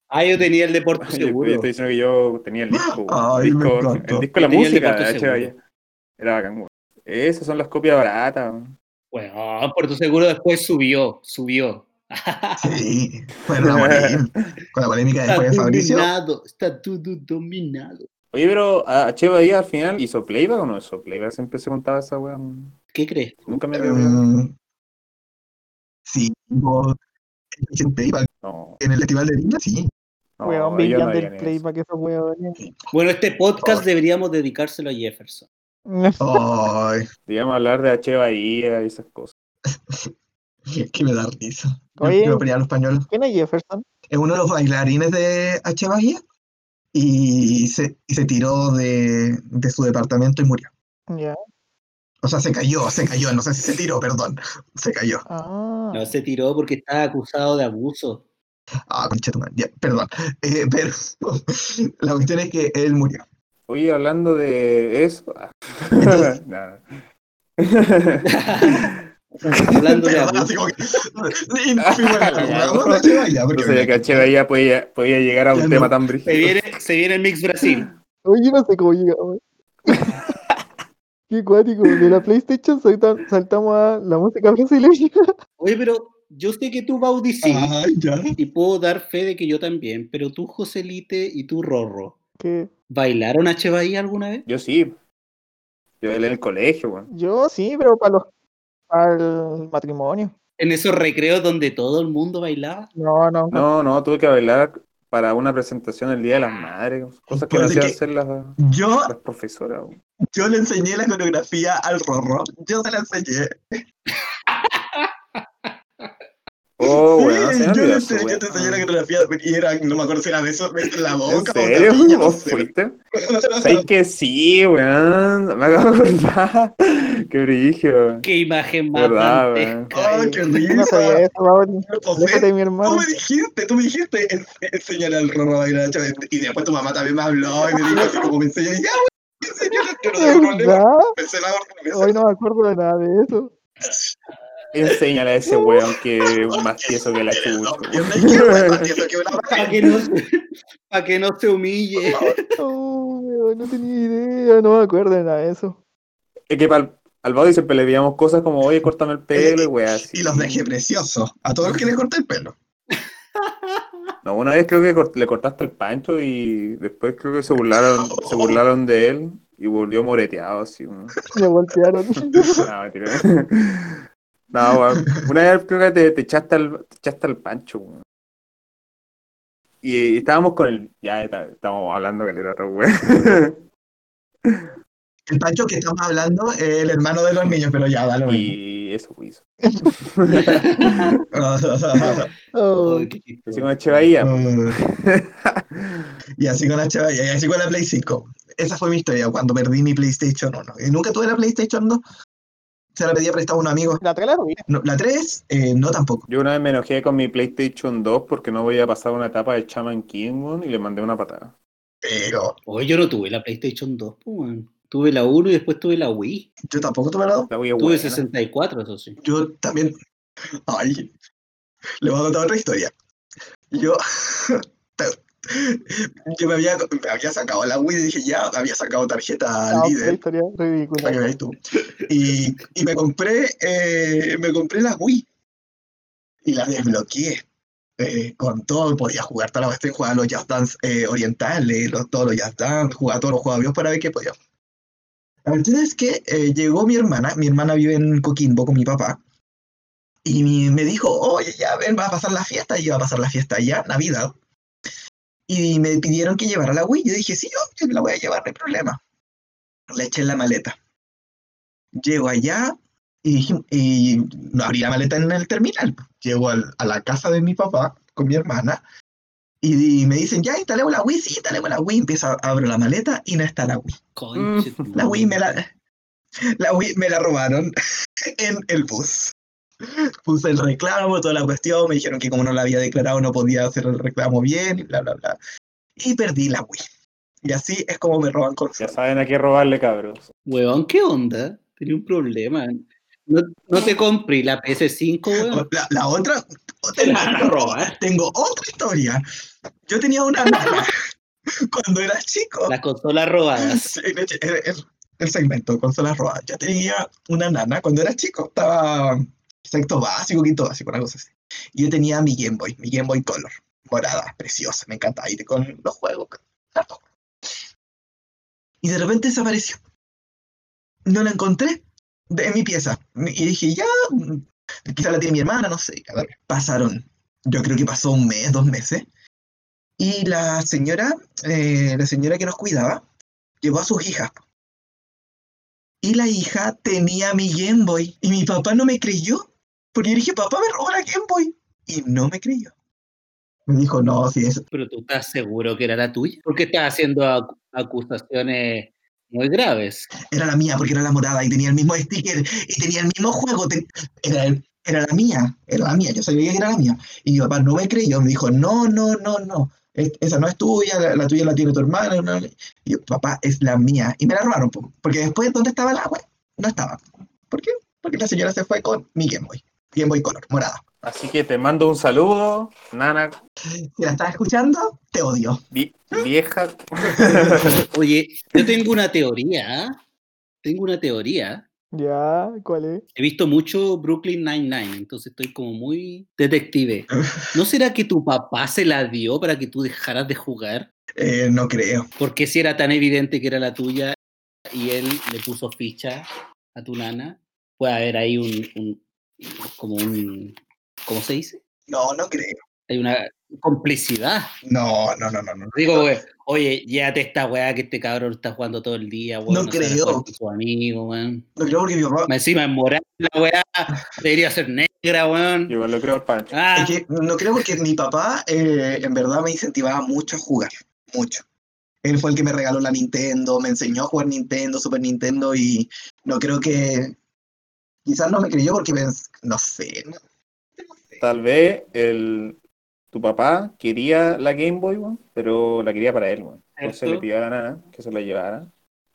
[SPEAKER 4] Ah, yo tenía el deporte
[SPEAKER 3] Yo- Yo
[SPEAKER 4] seguro.
[SPEAKER 3] estoy diciendo que yo tenía el disco. weón.
[SPEAKER 2] Ay,
[SPEAKER 3] el,
[SPEAKER 2] me
[SPEAKER 3] disco
[SPEAKER 2] encanta.
[SPEAKER 3] el disco de la
[SPEAKER 4] Tenía el
[SPEAKER 3] música
[SPEAKER 4] deporte
[SPEAKER 3] de H.
[SPEAKER 4] seguro.
[SPEAKER 3] Bahía. Era bacán, weón. Esas son las copias baratas. weón.
[SPEAKER 4] Bueno, por tu seguro después subió, subió.
[SPEAKER 2] Sí, fue una polémica, con la polémica después de Fabricio.
[SPEAKER 4] dominado, está todo dominado.
[SPEAKER 3] Oye, pero a H. Bahía al final hizo playback o no hizo playback. Siempre se contaba esa weá.
[SPEAKER 4] ¿Qué crees?
[SPEAKER 3] Nunca me dio.
[SPEAKER 2] Mm, sí, vos, en playback,
[SPEAKER 3] No,
[SPEAKER 2] en el Festival de Viña, sí.
[SPEAKER 3] no,
[SPEAKER 1] weón,
[SPEAKER 3] ellos no
[SPEAKER 1] vivían
[SPEAKER 3] harían
[SPEAKER 1] del
[SPEAKER 3] eso.
[SPEAKER 1] playback, esos weones.
[SPEAKER 4] Bueno, este podcast deberíamos dedicárselo a Jefferson.
[SPEAKER 3] Oh.
[SPEAKER 2] Ay,
[SPEAKER 3] Digamos hablar de H. Bahía y esas cosas.
[SPEAKER 2] que me da risa. Yo-
[SPEAKER 1] Oye.
[SPEAKER 2] Yo me peleaba a los españoles.
[SPEAKER 1] ¿Quién es Jefferson?
[SPEAKER 2] es uno de los bailarines de H. Bahía y se, y se tiró de, de su departamento y murió.
[SPEAKER 1] Ya.
[SPEAKER 2] O sea, se cayó, se cayó, no sé si se tiró, perdón. Se cayó.
[SPEAKER 1] Ah.
[SPEAKER 4] No se tiró porque estaba acusado de abuso.
[SPEAKER 2] Ah, conchetumare, ya, perdón. Eh, pero la cuestión es que él murió.
[SPEAKER 3] Oye, hablando de eso. Nada.
[SPEAKER 4] Hablando de
[SPEAKER 2] Perdón,
[SPEAKER 4] abuso.
[SPEAKER 2] así como que- y fuimos a la- vamos a H. Bahía,
[SPEAKER 3] No
[SPEAKER 2] porque-
[SPEAKER 3] sabía que H. Bahía podía, podía llegar a un
[SPEAKER 2] Ya no.
[SPEAKER 3] tema tan
[SPEAKER 4] Se
[SPEAKER 3] brígido.
[SPEAKER 4] viene, se viene el Mix Brasil.
[SPEAKER 1] Oye, no sé cómo llegamos. Qué cuático, de la PlayStation salta- saltamos a la música brasileña.
[SPEAKER 4] Oye, pero yo sé que tú, Baudi, sí.
[SPEAKER 2] Ay, ya.
[SPEAKER 4] Y puedo dar fe de que yo también. Pero tú, Joselite, y tú, Rorro,
[SPEAKER 1] Que
[SPEAKER 4] ¿bailaron a Bahía alguna vez?
[SPEAKER 3] Yo sí. Yo bailé en el colegio, weón.
[SPEAKER 1] yo sí, pero para los para el matrimonio.
[SPEAKER 4] En esos recreos donde todo el mundo bailaba.
[SPEAKER 1] No, no.
[SPEAKER 3] No, no, tuve que bailar para una presentación el Día de las Madres, cosas que no
[SPEAKER 2] Parece
[SPEAKER 3] hacían
[SPEAKER 2] que- Ah,
[SPEAKER 3] hacer las, las
[SPEAKER 2] Yo,
[SPEAKER 3] profesoras. weón.
[SPEAKER 2] yo le enseñé la coreografía al Rorro. Yo se la enseñé.
[SPEAKER 3] Oh,
[SPEAKER 2] Sí,
[SPEAKER 3] weón, se me
[SPEAKER 2] yo
[SPEAKER 3] olvidó
[SPEAKER 2] le
[SPEAKER 3] eso,
[SPEAKER 2] enseñé, yo te enseñé la
[SPEAKER 3] weón.
[SPEAKER 2] coreografía y era, no me acuerdo si era beso, beso en la
[SPEAKER 3] ¿En
[SPEAKER 2] boca o
[SPEAKER 3] serio?
[SPEAKER 2] tapilla, no
[SPEAKER 3] ¿Vos
[SPEAKER 2] sé.
[SPEAKER 3] fuiste? ¿Sabes que sí, weón? Me acabo de acordar. Qué brillo.
[SPEAKER 4] ¡Qué imagen más
[SPEAKER 3] Verdad,
[SPEAKER 4] dantesca!
[SPEAKER 2] Ay, qué
[SPEAKER 1] Yo no sabía
[SPEAKER 2] risa.
[SPEAKER 1] eso, Mauri. Aléjate
[SPEAKER 2] José,
[SPEAKER 1] de mi hermano.
[SPEAKER 2] Tú me dijiste, tú me dijiste en- enseñarle al Rorro a bailar a Chávez. Y después tu mamá también me habló y me dijo así como me enseñó. Y "Ah, ya, güey, enseñala, yo no tengo problema.
[SPEAKER 1] ¿Verdad?
[SPEAKER 2] Pensé la
[SPEAKER 1] Hoy no me acuerdo de nada de eso.
[SPEAKER 3] Enséñale a ese weón que es más tieso que la chucha.
[SPEAKER 2] Yo
[SPEAKER 3] weón.
[SPEAKER 2] me quiero, güey, entiendo que me la
[SPEAKER 4] Para que, no, se- pa' que no se humille.
[SPEAKER 1] Oh, weón, no tenía idea, no me acuerdo de nada de eso.
[SPEAKER 3] Es que pa'l- al Body siempre le pedíamos cosas como, oye, córtame el pelo y weón. así.
[SPEAKER 2] Y los dejé preciosos. A todos los que les corté el pelo.
[SPEAKER 3] No, una vez creo que cort- le cortaste el pancho y después creo que se burlaron, se burlaron de él y volvió moreteado así. ¿no?
[SPEAKER 1] Me voltearon.
[SPEAKER 3] No, mentira. No, weón. Una vez creo que te, te echaste al, te echaste al pancho, weón. Y, y estábamos con el. Ya está- estamos hablando que era weón.
[SPEAKER 2] El Pancho que estamos hablando es el hermano de los niños, pero ya, dale.
[SPEAKER 3] Y eso pues, hizo.
[SPEAKER 1] Oh,
[SPEAKER 4] Ay, qué chistoso.
[SPEAKER 3] Así como Eche Bahía.
[SPEAKER 2] Mm. y así con la chava, y así con la Play 5. Esa fue mi historia cuando perdí mi PlayStation 1. Y nunca tuve la PlayStation 2. Se la pedía prestada a un amigo.
[SPEAKER 1] La trela rubia.
[SPEAKER 2] No, la 3, eh, no tampoco.
[SPEAKER 3] Yo una vez me enojé con mi PlayStation 2 porque no voy a pasar una etapa de Chaman King, weón, y le mandé una patada.
[SPEAKER 2] Pero
[SPEAKER 4] Oye, yo no tuve la PlayStation 2, po, weón. Tuve la 1 y después tuve la Wii.
[SPEAKER 2] yo tampoco tuve la 2.
[SPEAKER 3] La voy a
[SPEAKER 4] Tuve 64, eso sí.
[SPEAKER 2] Yo también. Ay. Le voy a contar otra historia. Yo. Yo me había, me había sacado la Wii y dije, ya, había sacado tarjeta
[SPEAKER 1] Ah,
[SPEAKER 2] líder.
[SPEAKER 1] una historia ridícula.
[SPEAKER 2] para que veas tú. Y, y me compré, eh, me compré la Wii y la desbloqueé. eh, con todo, podía jugar toda la cuestión, jugar los Just Dance eh, orientales, los, todos los Just Dance, jugar todos los juegos de Dios para ver qué podía. La cuestión es que eh, llegó mi hermana, mi hermana vive en Coquimbo con mi papá, Y mi- me dijo, oye, ya, ven, va a pasar la fiesta. Y iba a pasar la fiesta ya, Navidad. Y me pidieron que llevara la Wii. Yo dije, sí, yo la voy a llevar, no hay problema. La eché en la maleta. Llego allá y, dijim- y no abrí la maleta en el terminal. Llego al- a la casa de mi papá con mi hermana. Y, me dicen, ya instalemos la Wii, sí, instalemos la Wii. Empieza, abro la maleta y no está la Wii.
[SPEAKER 4] Conche tu
[SPEAKER 2] La Wii me
[SPEAKER 4] madre.
[SPEAKER 2] la, la Wii me la robaron en el bus. Puse el reclamo, toda la cuestión, me dijeron que como no la había declarado no podía hacer el reclamo bien, y bla, bla, bla. Y perdí la Wii. Y así es como me roban
[SPEAKER 3] Ya
[SPEAKER 2] consolas.
[SPEAKER 3] saben a qué robarle, cabros.
[SPEAKER 4] Weón, ¿qué onda? Tenía un problema. No, no te compré la PS5, weón.
[SPEAKER 2] La, la otra,
[SPEAKER 4] Te la van a robar.
[SPEAKER 2] tengo otra historia. Yo tenía una nana cuando era chico.
[SPEAKER 4] Las consolas robadas.
[SPEAKER 2] Sí, de hecho, El, el- el segmento, consolas robadas. Yo tenía una nana cuando era chico, estaba sexto básico, quinto básico, una cosa así. Y yo tenía mi Game Boy, mi Game Boy Color, morada, preciosa, me encantaba ir con los juegos. con harto juego. Y de repente desapareció. No la encontré de- en mi pieza. Y dije, ya, mm, quizá la tiene mi hermana, no sé. A ver, pasaron, yo creo que pasó un mes, dos meses. Y la señora, eh, la señora que nos cuidaba, llevó a sus hijas. Y la hija tenía mi Game Boy. Y mi papá no me creyó. Porque yo dije, papá, me robó la Game Boy. Y no me creyó. Me dijo, no, si es.
[SPEAKER 4] Pero tú estás seguro que era la tuya. Porque estás haciendo ac- acusaciones muy graves.
[SPEAKER 2] Era la mía porque era la morada y tenía el mismo sticker y tenía el mismo juego. ten- Era, el- era la mía. Era la mía. Yo sabía que era la mía. Y mi papá no me creyó. Me dijo, no, no, no, no. es- esa no es tuya. La, la tuya la tiene tu hermana. no, no". Y yo, papá, es la mía. Y me la robaron. po, Porque después, ¿dónde estaba la web? No estaba. ¿Por qué? Porque la señora se fue con mi Game Boy. Game Boy Color, morada.
[SPEAKER 3] Así que te mando un saludo, Nana,
[SPEAKER 2] Si la estás escuchando, te odio.
[SPEAKER 3] vi- vieja.
[SPEAKER 4] Oye, yo tengo una teoría. ¿ah? Tengo una teoría.
[SPEAKER 1] Ya, ¿cuál es?
[SPEAKER 4] He visto mucho Brooklyn Nine-Nine, entonces estoy como muy detective. ¿No será que tu papá se la dio para que tú dejaras de jugar?
[SPEAKER 2] Eh, no creo.
[SPEAKER 4] Porque si era tan evidente que era la tuya y él le puso ficha a tu nana, puede haber ahí un, un- como un, ¿cómo se dice?
[SPEAKER 2] No, no creo.
[SPEAKER 4] Hay una complicidad.
[SPEAKER 2] No, no, no, no. no.
[SPEAKER 4] Digo, güey, oye, llévate esta weá que este cabrón está jugando todo el día, weón.
[SPEAKER 2] No
[SPEAKER 4] sale a
[SPEAKER 2] creo.
[SPEAKER 4] jugar Con su amigo, weón.
[SPEAKER 2] No creo porque mi papá.
[SPEAKER 4] Más Encima es moral, la weá debería ser negra, weón.
[SPEAKER 3] Yo lo creo al Pancho.
[SPEAKER 4] Ah,
[SPEAKER 2] Es que no creo porque mi papá eh, en verdad me incentivaba mucho a jugar, mucho. Él fue el que me regaló la Nintendo, me enseñó a jugar Nintendo, Super Nintendo y no creo que... Quizás no me creyó porque pens- no sé. no-
[SPEAKER 3] Tal vez el, tu papá quería la Game Boy, weón, pero la quería para él, weón. Entonces
[SPEAKER 4] Cierto.
[SPEAKER 3] le pidió a la nana que se la llevara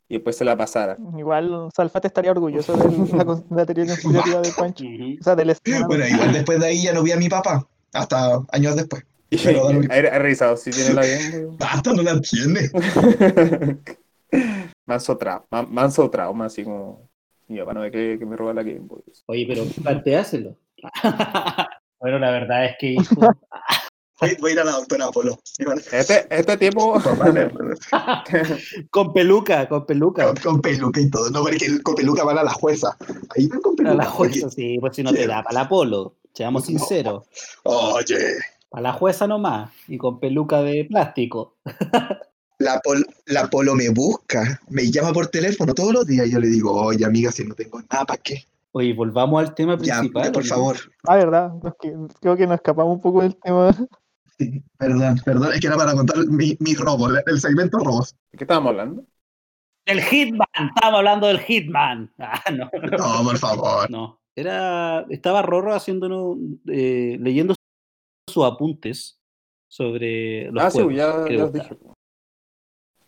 [SPEAKER 3] y después se la pasara.
[SPEAKER 1] Igual Salfate estaría orgulloso de la, cons- la teoría conspirativa de Pancho.
[SPEAKER 4] ujú.
[SPEAKER 1] O sea, del escenario.
[SPEAKER 2] Bueno, igual después de ahí ya no vi a mi papá, hasta años después. Pero da lo mismo.
[SPEAKER 3] He he revisado si tiene la Game Boy.
[SPEAKER 5] Hasta no la entiende.
[SPEAKER 3] weón. manso trauma, man- manso trauma, así como mi papá no me cree que me roba la Game Boy.
[SPEAKER 4] Oye, pero planteáselo. bueno, la verdad es que hijo,
[SPEAKER 2] Voy, voy a ir a la doctora Apolo.
[SPEAKER 3] Este, este tiempo
[SPEAKER 2] Papá, no,
[SPEAKER 4] con peluca, con peluca.
[SPEAKER 2] Con, con peluca y todo. No, porque con peluca van a la jueza. Ahí van con peluca.
[SPEAKER 4] A la
[SPEAKER 2] porque-
[SPEAKER 4] jueza, sí, pues si no te da para la polo, seamos sinceros.
[SPEAKER 2] Oye,
[SPEAKER 4] Para la jueza nomás, y con peluca de plástico.
[SPEAKER 2] la, Pol- la Polo me busca, me llama por teléfono todos los días. y Yo le digo, oye, amiga, si no tengo nada, ¿para qué?
[SPEAKER 4] Oye, volvamos al tema
[SPEAKER 2] Ya,
[SPEAKER 4] principal.
[SPEAKER 2] por
[SPEAKER 4] ¿no?
[SPEAKER 2] favor.
[SPEAKER 1] Ah, verdad. Nos que- creo que nos escapamos un poco del tema.
[SPEAKER 2] Sí, perdón, perdón, es que era para contar mi, mi robo, la- el segmento robos.
[SPEAKER 3] ¿De qué estábamos hablando?
[SPEAKER 4] Del Hitman, estábamos hablando del Hitman. Ah, no.
[SPEAKER 2] No, por favor.
[SPEAKER 4] No, era, estaba Rorro haciéndonos, eh, leyendo sus apuntes sobre los
[SPEAKER 3] ah,
[SPEAKER 4] juegos
[SPEAKER 3] sí, ya,
[SPEAKER 4] que le
[SPEAKER 3] ya os
[SPEAKER 4] gustaban.
[SPEAKER 3] dije.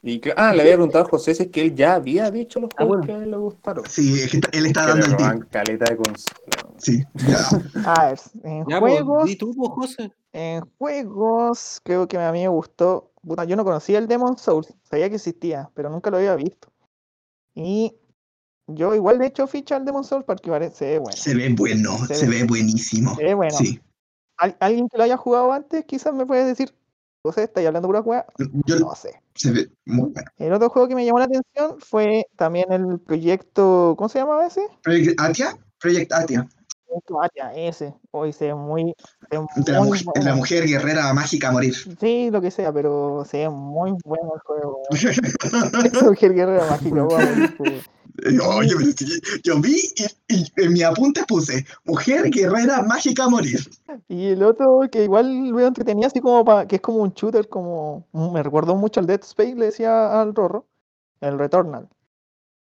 [SPEAKER 3] Y que- ah, le había preguntado a José si es que él ya había dicho los
[SPEAKER 4] Ah,
[SPEAKER 3] juegos
[SPEAKER 4] bueno.
[SPEAKER 3] que a él le gustaron.
[SPEAKER 2] Sí, es que está- él está
[SPEAKER 3] Que le
[SPEAKER 2] dando el
[SPEAKER 3] roban
[SPEAKER 2] tip.
[SPEAKER 3] caleta de consola.
[SPEAKER 2] Sí, ya.
[SPEAKER 1] A ver, en
[SPEAKER 4] Ya, pues,
[SPEAKER 1] juegos.
[SPEAKER 4] di tú, pues, José.
[SPEAKER 1] En juegos, creo que a mí me gustó. Puta, yo no conocía el Demon Souls, sabía que existía, pero nunca lo había visto. Y yo igual de hecho ficha al Demon Souls porque parece bueno.
[SPEAKER 2] Se ve bueno,
[SPEAKER 1] Se
[SPEAKER 2] se,
[SPEAKER 1] ve-
[SPEAKER 2] ve, buenísimo.
[SPEAKER 1] Se ve bueno.
[SPEAKER 2] Sí.
[SPEAKER 1] Al- alguien que lo haya jugado antes quizás me puede decir, José, ¿estáis hablando pura hueá?
[SPEAKER 2] Yo,
[SPEAKER 1] No sé.
[SPEAKER 2] se ve muy bueno.
[SPEAKER 1] El otro juego que me llamó la atención fue también el proyecto, ¿cómo se llamaba ese?
[SPEAKER 2] Project Atia, Project Atia.
[SPEAKER 1] Vaya, ese. Hoy se ve muy. se ve
[SPEAKER 2] De la,
[SPEAKER 1] muy
[SPEAKER 2] mujer,
[SPEAKER 1] bueno.
[SPEAKER 2] la mujer guerrera mágica a morir.
[SPEAKER 1] Sí, lo que sea, pero se ve muy bueno el juego. weón. Esa mujer guerrera mágica, weón, pues.
[SPEAKER 2] Oye, pero sí, yo vi y, y en mi apunte puse mujer guerrera mágica a morir.
[SPEAKER 1] Y el otro que igual veo entretenido, así como para, que es como un shooter, como mm, me recordó mucho al Dead Space, le decía al Rorro, el Returnal,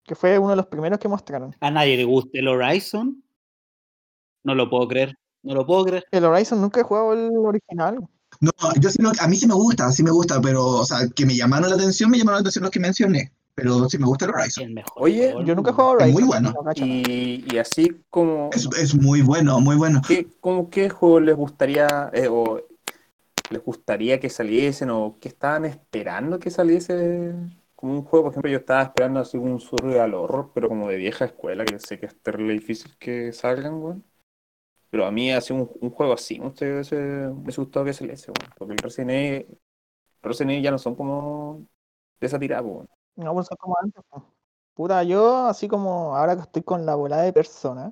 [SPEAKER 1] que fue uno de los primeros que mostraron.
[SPEAKER 4] A nadie le gusta el Horizon. No lo puedo creer. No lo puedo creer.
[SPEAKER 1] El Horizon nunca he jugado el original.
[SPEAKER 2] No, yo sí lo- a mí sí me gusta, sí me gusta, pero, o sea, que me llamaron la atención, me llamaron la atención los que mencioné. Pero sí me gusta el Horizon.
[SPEAKER 4] El mejor
[SPEAKER 3] Oye,
[SPEAKER 4] juego del
[SPEAKER 1] Yo nunca he
[SPEAKER 4] mundo.
[SPEAKER 1] jugado
[SPEAKER 2] Es
[SPEAKER 1] Horizon.
[SPEAKER 2] muy bueno.
[SPEAKER 1] no cacho nada.
[SPEAKER 3] Y, y así como...
[SPEAKER 2] Es, es muy bueno, muy bueno.
[SPEAKER 3] ¿Qué, cómo, qué juego les gustaría eh, o les gustaría que saliesen o que estaban esperando que saliese como un juego? Por ejemplo, yo estaba esperando así un survival horror, pero como de vieja escuela, que sé que es terrible difícil que salgan, güey. Pero a mí hace un, un juego así, me hubiese- me hubiese gustado que saliese, güey. Porque el Resident Evil, los Resident Evil ya no son como de esa tirada, güey.
[SPEAKER 1] No, pues son como antes. po. Puta, yo así como ahora que estoy con la volada de persona,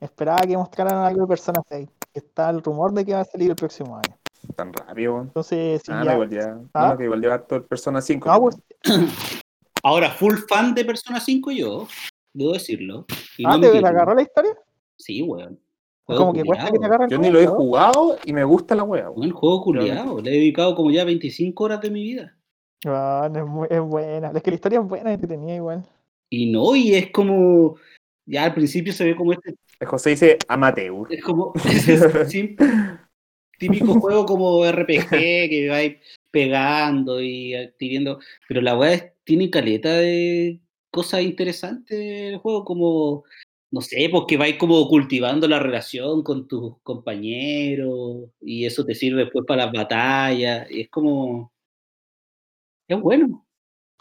[SPEAKER 1] esperaba que mostraran algo de Persona 6. que Está el rumor de que va a salir el próximo año.
[SPEAKER 3] tan rápido, güey.
[SPEAKER 1] Entonces, si
[SPEAKER 3] Ah, no,
[SPEAKER 1] ya-
[SPEAKER 3] igual ya,
[SPEAKER 1] Ah.
[SPEAKER 3] no, que igual lleva todo el Persona 5.
[SPEAKER 1] No,
[SPEAKER 3] güey.
[SPEAKER 1] pues,
[SPEAKER 4] Ahora, full fan de Persona 5 yo. Debo decirlo. Y
[SPEAKER 1] ah,
[SPEAKER 4] no me
[SPEAKER 1] ¿te
[SPEAKER 4] equivoco.
[SPEAKER 1] agarró la historia?
[SPEAKER 4] Sí, weón. Juego
[SPEAKER 1] Como que cuesta que te
[SPEAKER 4] culiao,
[SPEAKER 1] agarren.
[SPEAKER 3] Yo ni lo he jugado y me gusta la wea, güey.
[SPEAKER 4] weón, juego
[SPEAKER 3] Claramente.
[SPEAKER 4] culiado. Le he dedicado como ya 25 horas de mi vida.
[SPEAKER 1] Ah, no, es, muy- es buena. Es que la historia es buena y entretenida igual.
[SPEAKER 4] Y no, y es como. Ya al principio se ve como este.
[SPEAKER 3] El José dice amateur.
[SPEAKER 4] Es como. ese sim- típico juego como RPG que va ahí pegando y adquiriendo. Pero la weá es- tiene caleta de cosas interesantes el juego, como. No sé, pues porque vais como cultivando la relación con tus compañeros y eso te sirve después para las batallas. Y es como. Es bueno.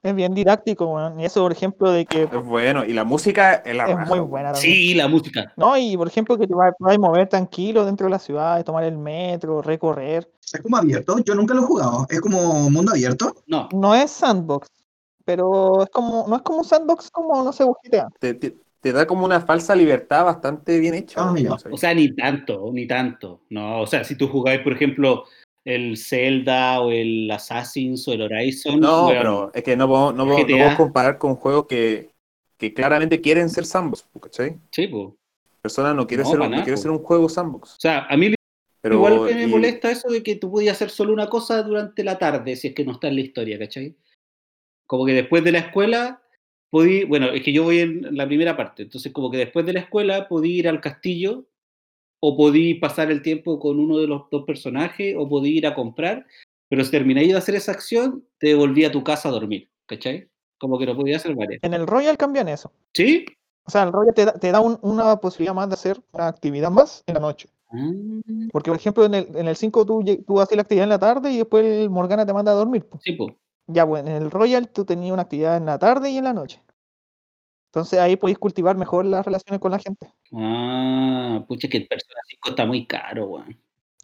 [SPEAKER 1] Es bien didáctico, weón. Y eso, por ejemplo, de que
[SPEAKER 3] Es bueno, y la música es la
[SPEAKER 1] es
[SPEAKER 3] raja,
[SPEAKER 1] muy
[SPEAKER 3] güey.
[SPEAKER 1] buena también.
[SPEAKER 4] Ah, Sí, la música.
[SPEAKER 1] No, y por ejemplo, que te vas a mover tranquilo dentro de la ciudad, tomar el metro, recorrer.
[SPEAKER 2] Es como abierto, yo nunca lo he jugado. Es como mundo abierto.
[SPEAKER 4] No,
[SPEAKER 1] No es sandbox, pero es como, no es como un sandbox como no se GTA.
[SPEAKER 3] Te, te- te da como una falsa libertad bastante bien hecha.
[SPEAKER 2] Ah,
[SPEAKER 3] güey,
[SPEAKER 2] ya.
[SPEAKER 3] o sea,
[SPEAKER 4] o sea, ni tanto, ni tanto. No, o sea, si tú jugáis, por ejemplo, el Zelda o el Assassin's o el Horizon,
[SPEAKER 3] no,
[SPEAKER 4] weón,
[SPEAKER 3] pero es que no puedo, no puedo- no
[SPEAKER 4] GTA.
[SPEAKER 3] puedo comparar con juegos que, que claramente quieren ser sandbox, pues, ¿cachai?
[SPEAKER 4] sí, po. o
[SPEAKER 3] Persona no quiere,
[SPEAKER 4] No,
[SPEAKER 3] ser,
[SPEAKER 4] pa'
[SPEAKER 3] un, no
[SPEAKER 4] nada,
[SPEAKER 3] quiere
[SPEAKER 4] po.
[SPEAKER 3] ser un juego sandbox.
[SPEAKER 4] sea, a mí
[SPEAKER 3] Pero
[SPEAKER 4] igual que me
[SPEAKER 3] y-
[SPEAKER 4] molesta eso de que tú podías hacer solo una cosa durante la tarde, si es que no está en la historia, ¿cachai? Como que después de la escuela, podí, bueno, es que yo voy en la primera parte, entonces como que después de la escuela podí ir al castillo o podí pasar el tiempo con uno de los dos personajes o podí ir a comprar, pero si termináis de hacer esa acción, te devolví a tu casa a dormir, ¿cachai? Como que no podía hacer varias.
[SPEAKER 1] En el Royal cambian eso.
[SPEAKER 4] ¿Sí?
[SPEAKER 1] O sea, el Royal te da, te da un- una posibilidad más de hacer una actividad más en la noche.
[SPEAKER 4] Ah,
[SPEAKER 1] Porque, por ejemplo, en el, en el 5 tú, lle- tú haces la actividad en la tarde y después el Morgana te manda a dormir. po.
[SPEAKER 4] sí, pues.
[SPEAKER 1] Ya, bueno, en el Royal tú tenías una actividad en la tarde y en la noche. Entonces ahí podéis cultivar mejor las relaciones con la gente.
[SPEAKER 4] Ah, pucha, que el Persona 5 está muy caro, weón.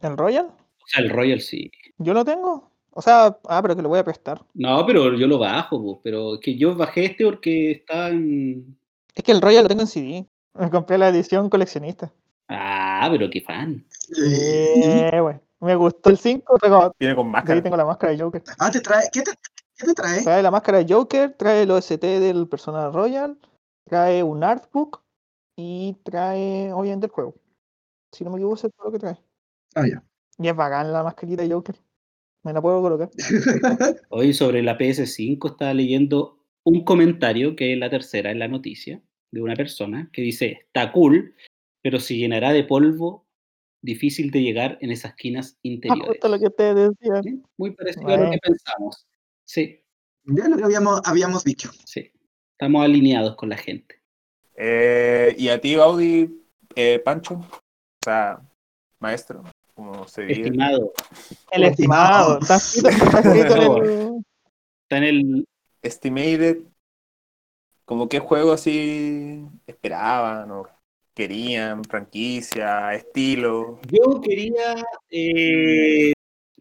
[SPEAKER 1] ¿En Royal?
[SPEAKER 4] O sea, el Royal sí.
[SPEAKER 1] Yo lo tengo. O sea, ah, pero que lo voy a prestar.
[SPEAKER 4] No, pero yo lo bajo, po, pero es que yo bajé este porque está en...
[SPEAKER 1] Es que el Royal lo tengo en CD. Me compré la edición coleccionista.
[SPEAKER 4] Ah, pero qué fan.
[SPEAKER 2] Eh,
[SPEAKER 1] Eh, güey. Me gustó el 5. Tengo,
[SPEAKER 3] viene con
[SPEAKER 1] de ahí
[SPEAKER 3] máscara.
[SPEAKER 1] tengo la máscara de Joker.
[SPEAKER 2] Ah, te trae. ¿Qué te, qué te trae?
[SPEAKER 1] Trae la máscara de Joker, trae el OST del Persona Royal, trae un artbook y trae, obviamente, el juego. Si no me equivoco, eso es todo lo que trae.
[SPEAKER 2] Ah, ya.
[SPEAKER 1] Y es bacán la mascarita de Joker. Me la puedo colocar.
[SPEAKER 4] Hoy sobre la PS5 estaba leyendo un comentario que es la tercera en la noticia de una persona que dice, está cool, pero se llenará de polvo, difícil de llegar en esas esquinas
[SPEAKER 1] Ah,
[SPEAKER 4] interiores.
[SPEAKER 1] justo lo que ustedes decían.
[SPEAKER 4] ¿Sí? Muy parecido a lo que
[SPEAKER 1] Bueno.
[SPEAKER 4] pensamos. Sí,
[SPEAKER 2] Ya lo que habíamos, habíamos dicho.
[SPEAKER 4] sí. Estamos alineados con la gente.
[SPEAKER 3] Eh, y a ti, Baudi, eh, Pancho, o sea, maestro, como se dice.
[SPEAKER 4] Estimado,
[SPEAKER 1] El estimado.
[SPEAKER 2] estimado.
[SPEAKER 1] Está escrito, está escrito en
[SPEAKER 3] Por
[SPEAKER 1] el-
[SPEAKER 4] está en el...
[SPEAKER 3] Estimated, como qué juego así esperaban o querían, franquicia, estilo.
[SPEAKER 4] Yo quería. eh,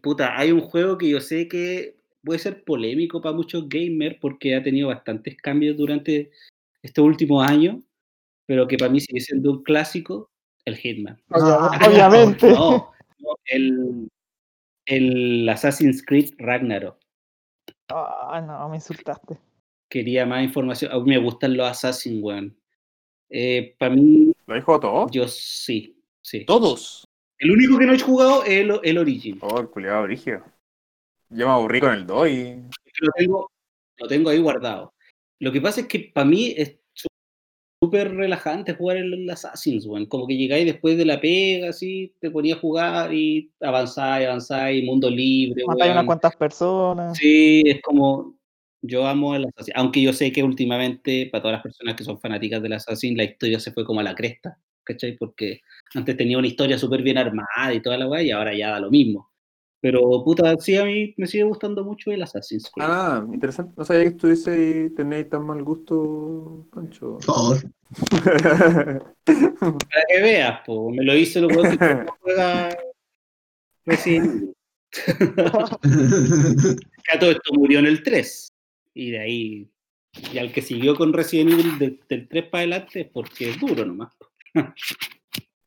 [SPEAKER 4] puta, hay un juego que yo sé que puede ser polémico para muchos gamers porque ha tenido bastantes cambios durante estos últimos años, pero que para mí sigue siendo un clásico. el Hitman.
[SPEAKER 2] Ah,
[SPEAKER 1] Obvia- Obviamente.
[SPEAKER 4] No, no, el, el Assassin's Creed Ragnarok.
[SPEAKER 1] Ah, no, me insultaste.
[SPEAKER 4] Quería más información. A mí me gustan los Assassin's, weón. Eh, Para mí,
[SPEAKER 3] ¿Lo dijo todo?
[SPEAKER 4] yo sí, sí.
[SPEAKER 3] Todos.
[SPEAKER 4] El único que no he jugado es el, el Origin.
[SPEAKER 3] Oh, el culiado brígido. Yo me aburrí con el 2 y.
[SPEAKER 4] que lo tengo, lo tengo ahí guardado. Lo que pasa es que para mí es su- súper relajante jugar el, el Assassin's, weón. Como que llegáis después de la pega, así, te ponías a jugar y avanzáis, avanzáis, mundo libre,
[SPEAKER 1] Matar unas
[SPEAKER 4] weón.
[SPEAKER 1] cuantas personas.
[SPEAKER 4] Sí, es como. Yo amo el Assassin. Aunque yo sé que últimamente, para todas las personas que son fanáticas del Assassin, la historia se fue como a la cresta, ¿cachai? Porque antes tenía una historia súper bien armada y toda la weá, y ahora ya da lo mismo. Pero puta, sí, a mí me sigue gustando mucho el Assassin's Creed.
[SPEAKER 3] Ah, interesante. No sabía que estuviese y tenéis tan mal gusto, Pancho.
[SPEAKER 2] favor.
[SPEAKER 4] Para que veas, po, me lo hizo el weón que juega Resident Evil. Que a todo esto murió en el 3. Y de ahí, y al que siguió con Resident Evil de- del 3 para adelante, es porque es duro nomás.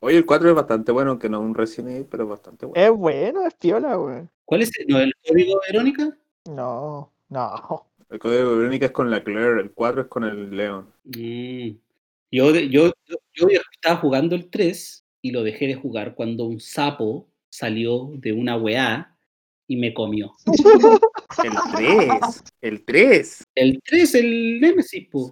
[SPEAKER 3] Oye, el 4 es bastante bueno, aunque no es un Resident Evil, pero es bastante bueno.
[SPEAKER 1] Es bueno, es piola, güey.
[SPEAKER 4] ¿Cuál es el, no, el código Verónica?
[SPEAKER 1] No, no.
[SPEAKER 3] El código de Verónica es con la Claire, el 4 es con el Leon.
[SPEAKER 4] Mm. Yo, de- yo, yo, yo estaba jugando el 3 y lo dejé de jugar cuando un sapo salió de una weá y me comió.
[SPEAKER 3] El 3. El 3.
[SPEAKER 4] El 3, el Nemesis, po.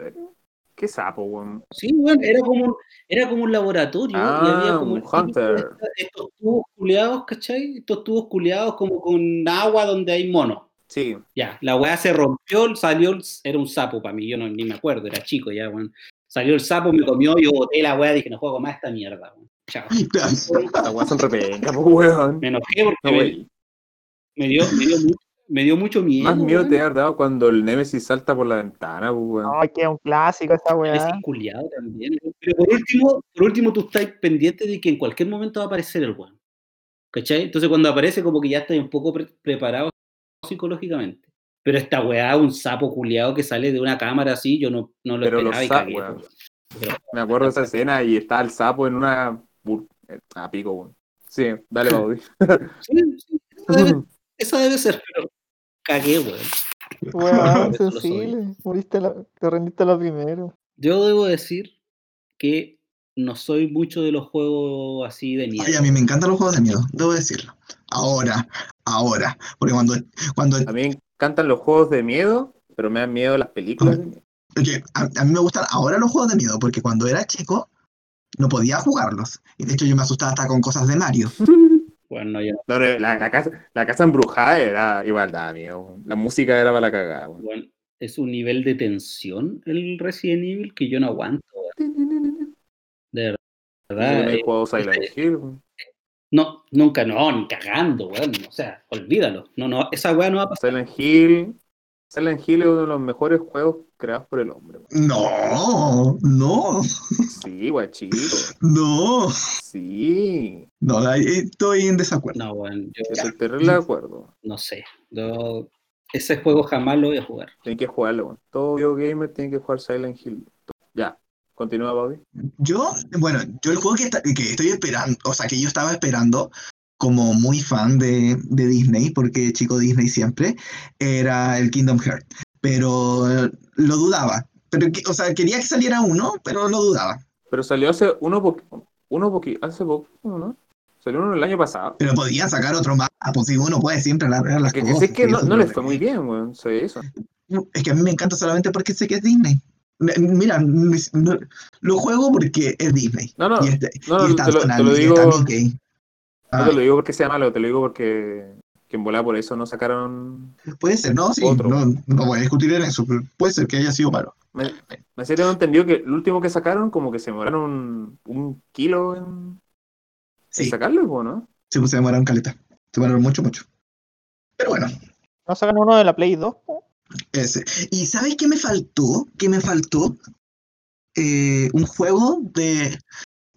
[SPEAKER 3] ¿Qué sapo, weón?
[SPEAKER 4] Sí, weón, era como, un- era como un laboratorio y
[SPEAKER 3] Ah,
[SPEAKER 4] había como
[SPEAKER 3] un
[SPEAKER 4] el típico
[SPEAKER 3] Hunter.
[SPEAKER 4] esta- estos tubos culeados, ¿cachai? Estos tubos culeados como con agua donde hay monos.
[SPEAKER 3] Sí.
[SPEAKER 4] Ya, la weá se rompió, salió, el- era un sapo para mí, yo no, ni me acuerdo, era chico ya, weón. Salió el sapo, me comió, yo boté la weá, dije, no juego más esta mierda, weón. Chao.
[SPEAKER 3] La weá son repenca, po, weón.
[SPEAKER 4] Me enojé porque
[SPEAKER 3] No,
[SPEAKER 4] me,
[SPEAKER 3] wey.
[SPEAKER 4] me dio, me, dio, mu- me dio mucho miedo.
[SPEAKER 3] Más miedo
[SPEAKER 4] weón.
[SPEAKER 3] te haber dado cuando el Nemesis salta por la ventana, po, weón.
[SPEAKER 1] Ay, que es un clásico esa
[SPEAKER 4] Ese
[SPEAKER 1] weá.
[SPEAKER 4] culiado también. weón. Pero por último, por último, tú estás pendiente de que en cualquier momento va a aparecer el weón. ¿Cachai? Entonces cuando aparece, como que ya estás un poco pre- preparado psicológicamente. Pero esta weá, un sapo culiado que sale de una cámara así, yo no, no lo
[SPEAKER 3] Pero los
[SPEAKER 4] esperaba y
[SPEAKER 3] sa-
[SPEAKER 4] cagué,
[SPEAKER 3] weón.
[SPEAKER 4] weón. Pero-
[SPEAKER 3] Me acuerdo de esa escena y está el sapo en una. bur- eh, Ah, pico, weón. Sí, dale, Baudi.
[SPEAKER 4] sí, sí, esa, debe, esa debe ser, pero cagué, weón.
[SPEAKER 1] Weón,
[SPEAKER 4] Eso lo soy.
[SPEAKER 1] sensible. Muriste la- te rendiste a lo primero.
[SPEAKER 4] Yo debo decir que no soy mucho de los juegos así de miedo.
[SPEAKER 2] Ay, a mí me encantan los juegos de miedo, debo decirlo. Ahora, ahora. Porque cuando, cuando
[SPEAKER 3] A mí me encantan los juegos de miedo, pero me dan miedo las películas. de miedo.
[SPEAKER 2] Porque a, a mí me gustan ahora los juegos de miedo, porque cuando era chico no podía jugarlos. Y de hecho yo me asustaba hasta con cosas de Mario.
[SPEAKER 4] Bueno, no, yo no,
[SPEAKER 3] No, no, la, la casa, la casa embrujada era igual, daba miedo. weón. La música era para la cagada, weón.
[SPEAKER 4] weón. Es un nivel de tensión el Resident Evil que yo no aguanto, weón. De
[SPEAKER 3] Yo
[SPEAKER 4] verdad.
[SPEAKER 3] no he
[SPEAKER 4] eh,
[SPEAKER 3] jugado Silent Hill, weón.
[SPEAKER 4] No, nunca, no, ni cagando, weón. O sea, olvídalo. No, no, esa weá no va a pasar.
[SPEAKER 3] Silent Hill. Silent Hill es uno de los mejores juegos creados por el hombre. weón.
[SPEAKER 2] No, no,
[SPEAKER 3] Sí, guachito.
[SPEAKER 2] no.
[SPEAKER 3] Sí.
[SPEAKER 2] No, ahí estoy en desacuerdo.
[SPEAKER 4] No, weón, yo
[SPEAKER 3] Estoy terrible de acuerdo.
[SPEAKER 4] no sé. Yo- ese juego jamás lo voy a jugar.
[SPEAKER 3] Tienen que jugarlo, weón. Todo video gamer tiene que jugar Silent Hill. Ya. Continúa, Baudi.
[SPEAKER 2] Yo, bueno, yo el juego que, esta- que estoy esperando, o sea, que yo estaba esperando como muy fan de, de Disney, porque chico Disney siempre, era el Kingdom Hearts. Pero eh, lo dudaba. Pero, que- o sea, quería que saliera uno, pero lo dudaba.
[SPEAKER 3] Pero salió hace uno poqu- uno poqu- hace poco, ¿no? Salió uno el año pasado.
[SPEAKER 2] Pero podían sacar otro más, pues si uno puede siempre alargar las
[SPEAKER 3] Que, que
[SPEAKER 2] cosas.
[SPEAKER 3] sé que
[SPEAKER 2] sí,
[SPEAKER 3] no,
[SPEAKER 2] eso
[SPEAKER 3] no
[SPEAKER 2] es
[SPEAKER 3] les
[SPEAKER 2] lo
[SPEAKER 3] fue
[SPEAKER 2] que-
[SPEAKER 3] muy bien, weón. Se hizo.
[SPEAKER 2] Es que a mí me encanta solamente porque sé que es Disney. Me- Mira, me- no- lo juego porque es Disney.
[SPEAKER 3] No, no,
[SPEAKER 2] Y este-
[SPEAKER 3] no,
[SPEAKER 2] y está
[SPEAKER 3] te lo- te
[SPEAKER 2] Donald,
[SPEAKER 3] lo
[SPEAKER 2] y está
[SPEAKER 3] digo-
[SPEAKER 2] Mickey.
[SPEAKER 3] No
[SPEAKER 2] Ah,
[SPEAKER 3] te lo digo porque sea malo, te lo digo porque que en volada por eso no sacaron.
[SPEAKER 2] Puede ser, no, sí,
[SPEAKER 3] Otro.
[SPEAKER 2] no, no voy a discutir en eso, pero puede ser que haya sido malo.
[SPEAKER 3] Me, me hacía tener entendido que el último que sacaron, como que se demoraron un, un kilo en, en
[SPEAKER 2] Sí,
[SPEAKER 3] sacarlo, po, ¿no?
[SPEAKER 2] sí, pues se demoraron caleta. Se demoraron mucho, mucho. Pero bueno,
[SPEAKER 1] ¿No sacan uno de la Play 2? po?
[SPEAKER 2] ese. ¿Y sabes qué me faltó? ¿Qué me faltó? Eh, un juego de.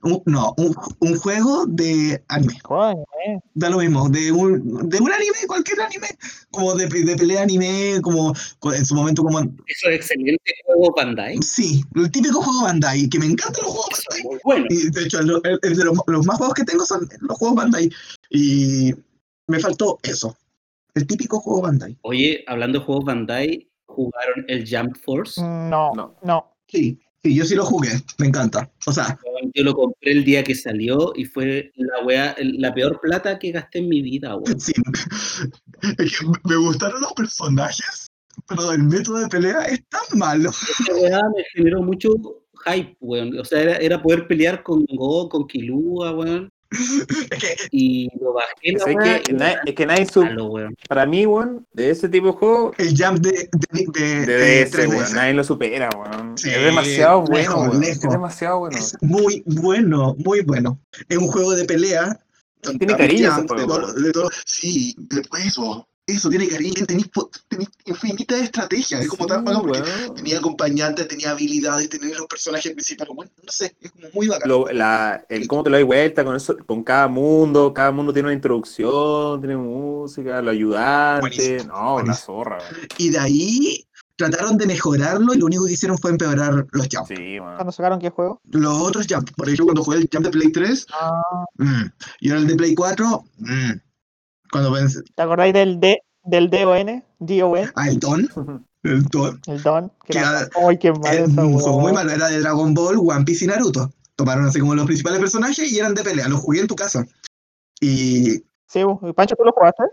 [SPEAKER 2] un- no, un, un juego de anime.
[SPEAKER 1] Coño, eh.
[SPEAKER 2] da lo mismo, de un, de un anime, cualquier anime, como de, de pelea anime, como co- en su momento como...
[SPEAKER 4] Eso es excelente juego Bandai.
[SPEAKER 2] Sí, el típico juego Bandai, que me encantan los juegos
[SPEAKER 4] son muy buenos.
[SPEAKER 2] Y de hecho, lo- el- el de los, los más juegos que tengo son los juegos Bandai. Y me faltó eso. El típico juego Bandai.
[SPEAKER 4] Oye, hablando de juegos Bandai, jugaron el Jump Force.
[SPEAKER 1] No,
[SPEAKER 3] No.
[SPEAKER 1] no.
[SPEAKER 2] Sí, sí, yo sí lo jugué. Me encanta. O sea,
[SPEAKER 4] Yo lo compré el día que salió y fue la wea, la peor plata que gasté en mi vida, weón.
[SPEAKER 2] sí. Es que me gustaron los personajes, pero el método de pelea es tan malo.
[SPEAKER 4] Esta weá me generó mucho hype, weón. O sea, era, era poder pelear con Go, con Kilua, weón.
[SPEAKER 2] Es que
[SPEAKER 4] Y lo bajé la
[SPEAKER 3] Es
[SPEAKER 4] weá
[SPEAKER 3] que,
[SPEAKER 4] y
[SPEAKER 3] na- es que nadie supo.
[SPEAKER 4] era malo, weón.
[SPEAKER 3] Para mí, weón, de ese tipo de juego,
[SPEAKER 2] el jump de, de, de-
[SPEAKER 3] de
[SPEAKER 2] de
[SPEAKER 3] ese,
[SPEAKER 2] 3DS
[SPEAKER 3] weón, nadie lo supera, weón.
[SPEAKER 2] Sí,
[SPEAKER 3] es demasiado
[SPEAKER 2] lejos,
[SPEAKER 3] bueno, weón. Es
[SPEAKER 2] lejos.
[SPEAKER 3] demasiado bueno.
[SPEAKER 2] es muy bueno, muy bueno. Es un juego de pelea.
[SPEAKER 3] Tiene cariño ese
[SPEAKER 2] jump, de
[SPEAKER 3] juego.
[SPEAKER 2] todo- de todo- Sí, de- eso. Eso tiene cariño. Tenéis infinitas estrategias. Es como tan bacán, porque
[SPEAKER 3] weón.
[SPEAKER 2] Tenía acompañantes, tenía habilidades, tenía los personajes principales. Bueno, no sé, es como muy bacán.
[SPEAKER 3] Lo- la- el cómo te lo doy vuelta con eso, con cada mundo, cada mundo tiene una introducción, tiene música, lo ayudante,
[SPEAKER 2] Buenísimo,
[SPEAKER 3] no, la
[SPEAKER 2] buenísimo.
[SPEAKER 3] zorra, weón.
[SPEAKER 2] Y de ahí trataron de mejorarlo y lo único que hicieron fue empeorar los jumps.
[SPEAKER 3] Sí, weón.
[SPEAKER 1] cuando sacaron qué juego.
[SPEAKER 2] Los otros jumps, por ejemplo, cuando jugué el jump de Play 3
[SPEAKER 1] Ah,
[SPEAKER 2] mm, y ahora el de Play 4, mm, cuando pensé,
[SPEAKER 1] ¿Te acordáis del D, del DON? DON,
[SPEAKER 2] ah, el Don, el Don,
[SPEAKER 1] el Don. Que era-
[SPEAKER 2] Claro.
[SPEAKER 1] Ay, qué mal
[SPEAKER 2] era
[SPEAKER 1] esa
[SPEAKER 2] un juego Eh, mm, muy
[SPEAKER 1] hueá.
[SPEAKER 2] malo, era de Dragon Ball, One Piece y Naruto. Tomaron así como los principales personajes y eran de pelea, los jugué en tu casa. Y,
[SPEAKER 1] Sí, bu- y Pancho, ¿tú lo jugaste?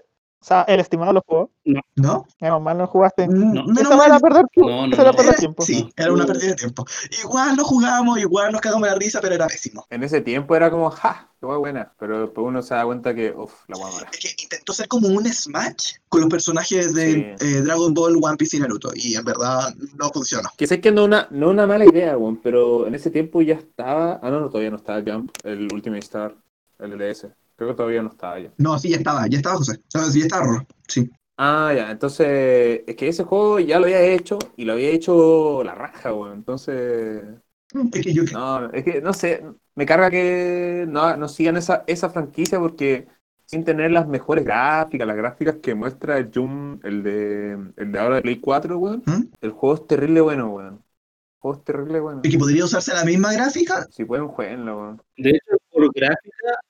[SPEAKER 1] O sea, el estimado lo jugó.
[SPEAKER 2] ¿no?
[SPEAKER 1] Menos mal no jugaste.
[SPEAKER 2] No,
[SPEAKER 1] Esa va a perder tiempo.
[SPEAKER 4] No, no,
[SPEAKER 1] Esa era
[SPEAKER 4] no.
[SPEAKER 1] perder
[SPEAKER 2] Era-
[SPEAKER 1] tiempo.
[SPEAKER 2] Eh, Sí, era una pérdida de tiempo. Igual lo jugábamos, igual nos cagamos la risa, pero era pésimo.
[SPEAKER 3] En ese tiempo era como, ja, qué guay buena, pero después uno se da cuenta que, uff, la guay mala.
[SPEAKER 2] Es que intentó ser como un Smash con los personajes de
[SPEAKER 3] Sí.
[SPEAKER 2] eh, Dragon Ball, One Piece y Naruto, y en verdad no funcionó.
[SPEAKER 3] Que sé que no una, no una mala idea, weón, pero en ese tiempo ya estaba, ah no, no todavía no estaba Jump, el Ultimate Star, el LS, creo que todavía no estaba ya.
[SPEAKER 2] No, sí, ya estaba, ya estaba José. O sea, sí, ya estaba Rolo. Sí.
[SPEAKER 3] Ah, ya, entonces, es que ese juego ya lo había hecho y lo había hecho la raja, weón, entonces...
[SPEAKER 2] Es que yo.
[SPEAKER 3] No, es que no sé, me carga que no, no sigan esa, esa franquicia porque sin tener las mejores gráficas, las gráficas que muestra el Jum, el de, el de ahora de Play 4, weón,
[SPEAKER 2] ¿Mm?
[SPEAKER 3] el juego es terrible bueno, weón. El juego es terrible bueno.
[SPEAKER 2] Es que podría usarse la misma gráfica.
[SPEAKER 3] Si pueden, jueguenlo, weón.
[SPEAKER 4] De hecho, por gráfica,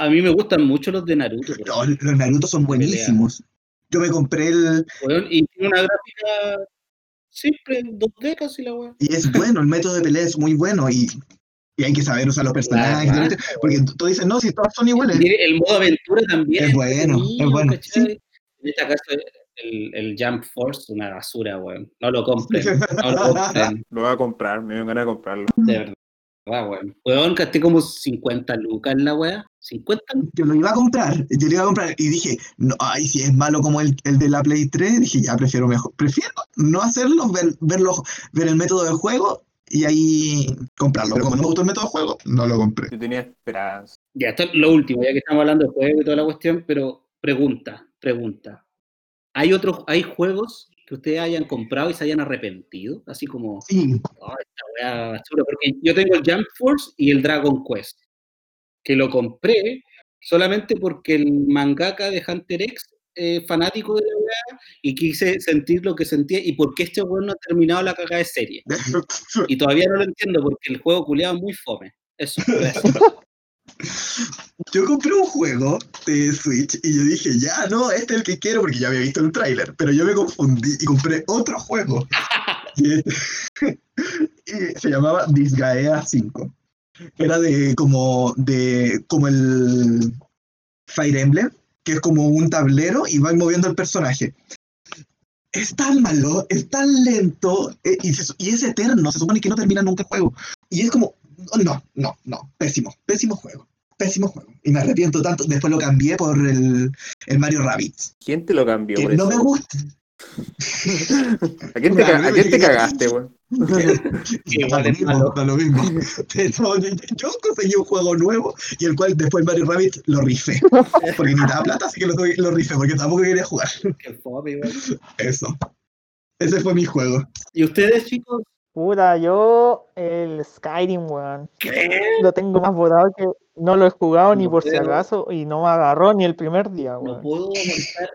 [SPEAKER 4] a mí me gustan mucho los de Naruto.
[SPEAKER 2] No, los Naruto son buenísimos. Yo me compré el.
[SPEAKER 4] weón, y tiene una gráfica siempre en 2D casi la weá.
[SPEAKER 2] Y es bueno, el método de pelea es muy bueno y, y hay que saber usar los personajes.
[SPEAKER 4] Claro,
[SPEAKER 2] Porque tú dices, no, si todos son iguales.
[SPEAKER 4] Tiene El modo aventura también.
[SPEAKER 2] Es bueno, es
[SPEAKER 4] entretenido,
[SPEAKER 2] bueno,
[SPEAKER 4] ¿cachai? En este caso, el, el Jump Force, una basura, weón. No lo compren. No lo compren,
[SPEAKER 3] Lo voy a comprar, me dio ganas de comprarlo.
[SPEAKER 4] de verdad. weón. Weón, gasté como 50 lucas en la weá. 50 lucas.
[SPEAKER 2] Yo lo iba a comprar, yo lo iba a comprar y dije, no, ay, si es malo como el, el de la Play 3, dije, ya prefiero mejor, prefiero no hacerlo, ver, verlo, ver el método de juego y ahí comprarlo. Pero como no me gustó el método de juego, no lo compré.
[SPEAKER 3] Yo tenía esperanza.
[SPEAKER 4] Ya, esto es lo último, ya que estamos hablando de juegos y toda la cuestión, pero pregunta, pregunta. ¿Hay otros, hay juegos que ustedes hayan comprado y se hayan arrepentido? Así como,
[SPEAKER 2] Sí,
[SPEAKER 4] "Oh, esta weá basura", porque yo tengo el Jump Force y el Dragon Quest, que lo compré solamente porque el mangaka de Hunter X es fanático de la weá y quise sentir lo que sentía y porque este weón no ha terminado la cagada de serie. Y todavía no lo entiendo porque el juego culeado es muy fome. Eso, gracias.
[SPEAKER 2] yo compré un juego de Switch y yo dije, ya, no, este es el que quiero porque ya había visto el tráiler, pero yo me confundí y compré otro juego. y, este- y se llamaba Disgaea 5. Era de como de como el Fire Emblem, que es como un tablero y van moviendo el personaje. Es tan malo, es tan lento eh, y, se su- y es eterno. Se supone que no termina nunca el juego. Y es como, no, no, no, pésimo, pésimo juego, pésimo juego. Y me arrepiento tanto. Después lo cambié por el, el Mario Rabbids,
[SPEAKER 3] ¿Quién te lo cambió
[SPEAKER 2] que
[SPEAKER 3] por
[SPEAKER 2] no
[SPEAKER 3] eso?
[SPEAKER 2] me gusta.
[SPEAKER 3] ¿A quién te,
[SPEAKER 2] Mira,
[SPEAKER 3] ca-
[SPEAKER 2] a mí
[SPEAKER 3] a
[SPEAKER 2] me
[SPEAKER 3] quién te
[SPEAKER 2] llega-
[SPEAKER 3] cagaste, weón?
[SPEAKER 2] Da
[SPEAKER 4] Igual
[SPEAKER 2] lo
[SPEAKER 4] es
[SPEAKER 2] mismo,
[SPEAKER 4] malo.
[SPEAKER 2] da lo mismo. Pero yo conseguí un juego nuevo y el cual después Mario Rabbit lo rifé. Porque necesitaba plata, así que lo, lo rifé, porque tampoco quería jugar.
[SPEAKER 4] Qué fome, weón.
[SPEAKER 2] Eso. Ese fue mi juego.
[SPEAKER 4] ¿Y ustedes, chicos?
[SPEAKER 1] Puta, yo el Skyrim, weón.
[SPEAKER 4] ¿Qué?
[SPEAKER 1] Lo tengo más votado que no lo he jugado ni
[SPEAKER 4] No
[SPEAKER 1] por si
[SPEAKER 4] puedo.
[SPEAKER 1] acaso y no me agarró ni el primer día,
[SPEAKER 4] No
[SPEAKER 1] weón.
[SPEAKER 4] puedo aguantar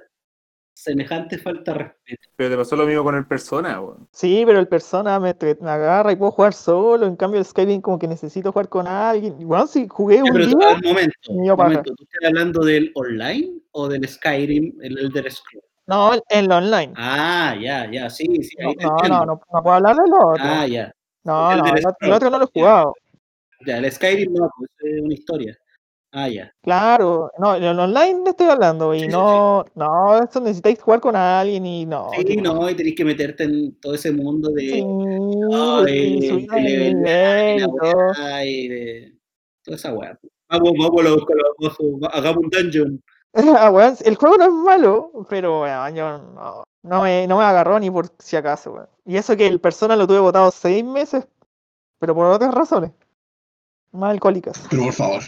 [SPEAKER 4] semejante falta de respeto.
[SPEAKER 3] Pero te pasó lo mismo con el Persona, weón.
[SPEAKER 1] Sí, pero el Persona me, entre- me agarra y puedo jugar solo. En cambio, el Skyrim como que necesito jugar con alguien. Igual si jugué un
[SPEAKER 4] Pero tú,
[SPEAKER 1] día.
[SPEAKER 4] un momento,
[SPEAKER 1] Ni yo
[SPEAKER 4] un momento, ¿tú estás hablando del online o del Skyrim, el Elder Scrolls?
[SPEAKER 1] No, en- en lo online.
[SPEAKER 4] Ah, ya, ya, sí, sí,
[SPEAKER 1] No,
[SPEAKER 4] ahí te
[SPEAKER 1] no,
[SPEAKER 4] entiendo.
[SPEAKER 1] no, no, no puedo hablar de lo otro.
[SPEAKER 4] Ah, ya,
[SPEAKER 1] no,
[SPEAKER 4] el
[SPEAKER 1] no,
[SPEAKER 4] del
[SPEAKER 1] el otro- el
[SPEAKER 4] Scrolls,
[SPEAKER 1] otro no lo he
[SPEAKER 4] ya.
[SPEAKER 1] jugado.
[SPEAKER 4] ya, el Skyrim no, pues es una historia. Ah, ya.
[SPEAKER 1] Claro, no, en el online le estoy hablando, y
[SPEAKER 4] Sí, sí, sí.
[SPEAKER 1] no, no, eso necesitáis jugar con alguien y no.
[SPEAKER 4] Sí,
[SPEAKER 1] que-
[SPEAKER 4] no, y tenés que meterte en todo ese mundo de...
[SPEAKER 1] Sí,
[SPEAKER 4] Ay,
[SPEAKER 1] y
[SPEAKER 4] de
[SPEAKER 1] subir de
[SPEAKER 4] nivel,
[SPEAKER 1] nivel
[SPEAKER 4] la
[SPEAKER 1] y todo.
[SPEAKER 4] weá, y de toda esa weá. pues. Vamos, vamos, los calabozos, va- hagamos un dungeon.
[SPEAKER 1] Ah, weón, el juego no es malo, pero weón, yo no, no me, no me agarró ni por si acaso, weón. Y eso que el persona lo tuve votado seis meses, pero por otras razones. Más alcohólicas.
[SPEAKER 6] Pero por favor,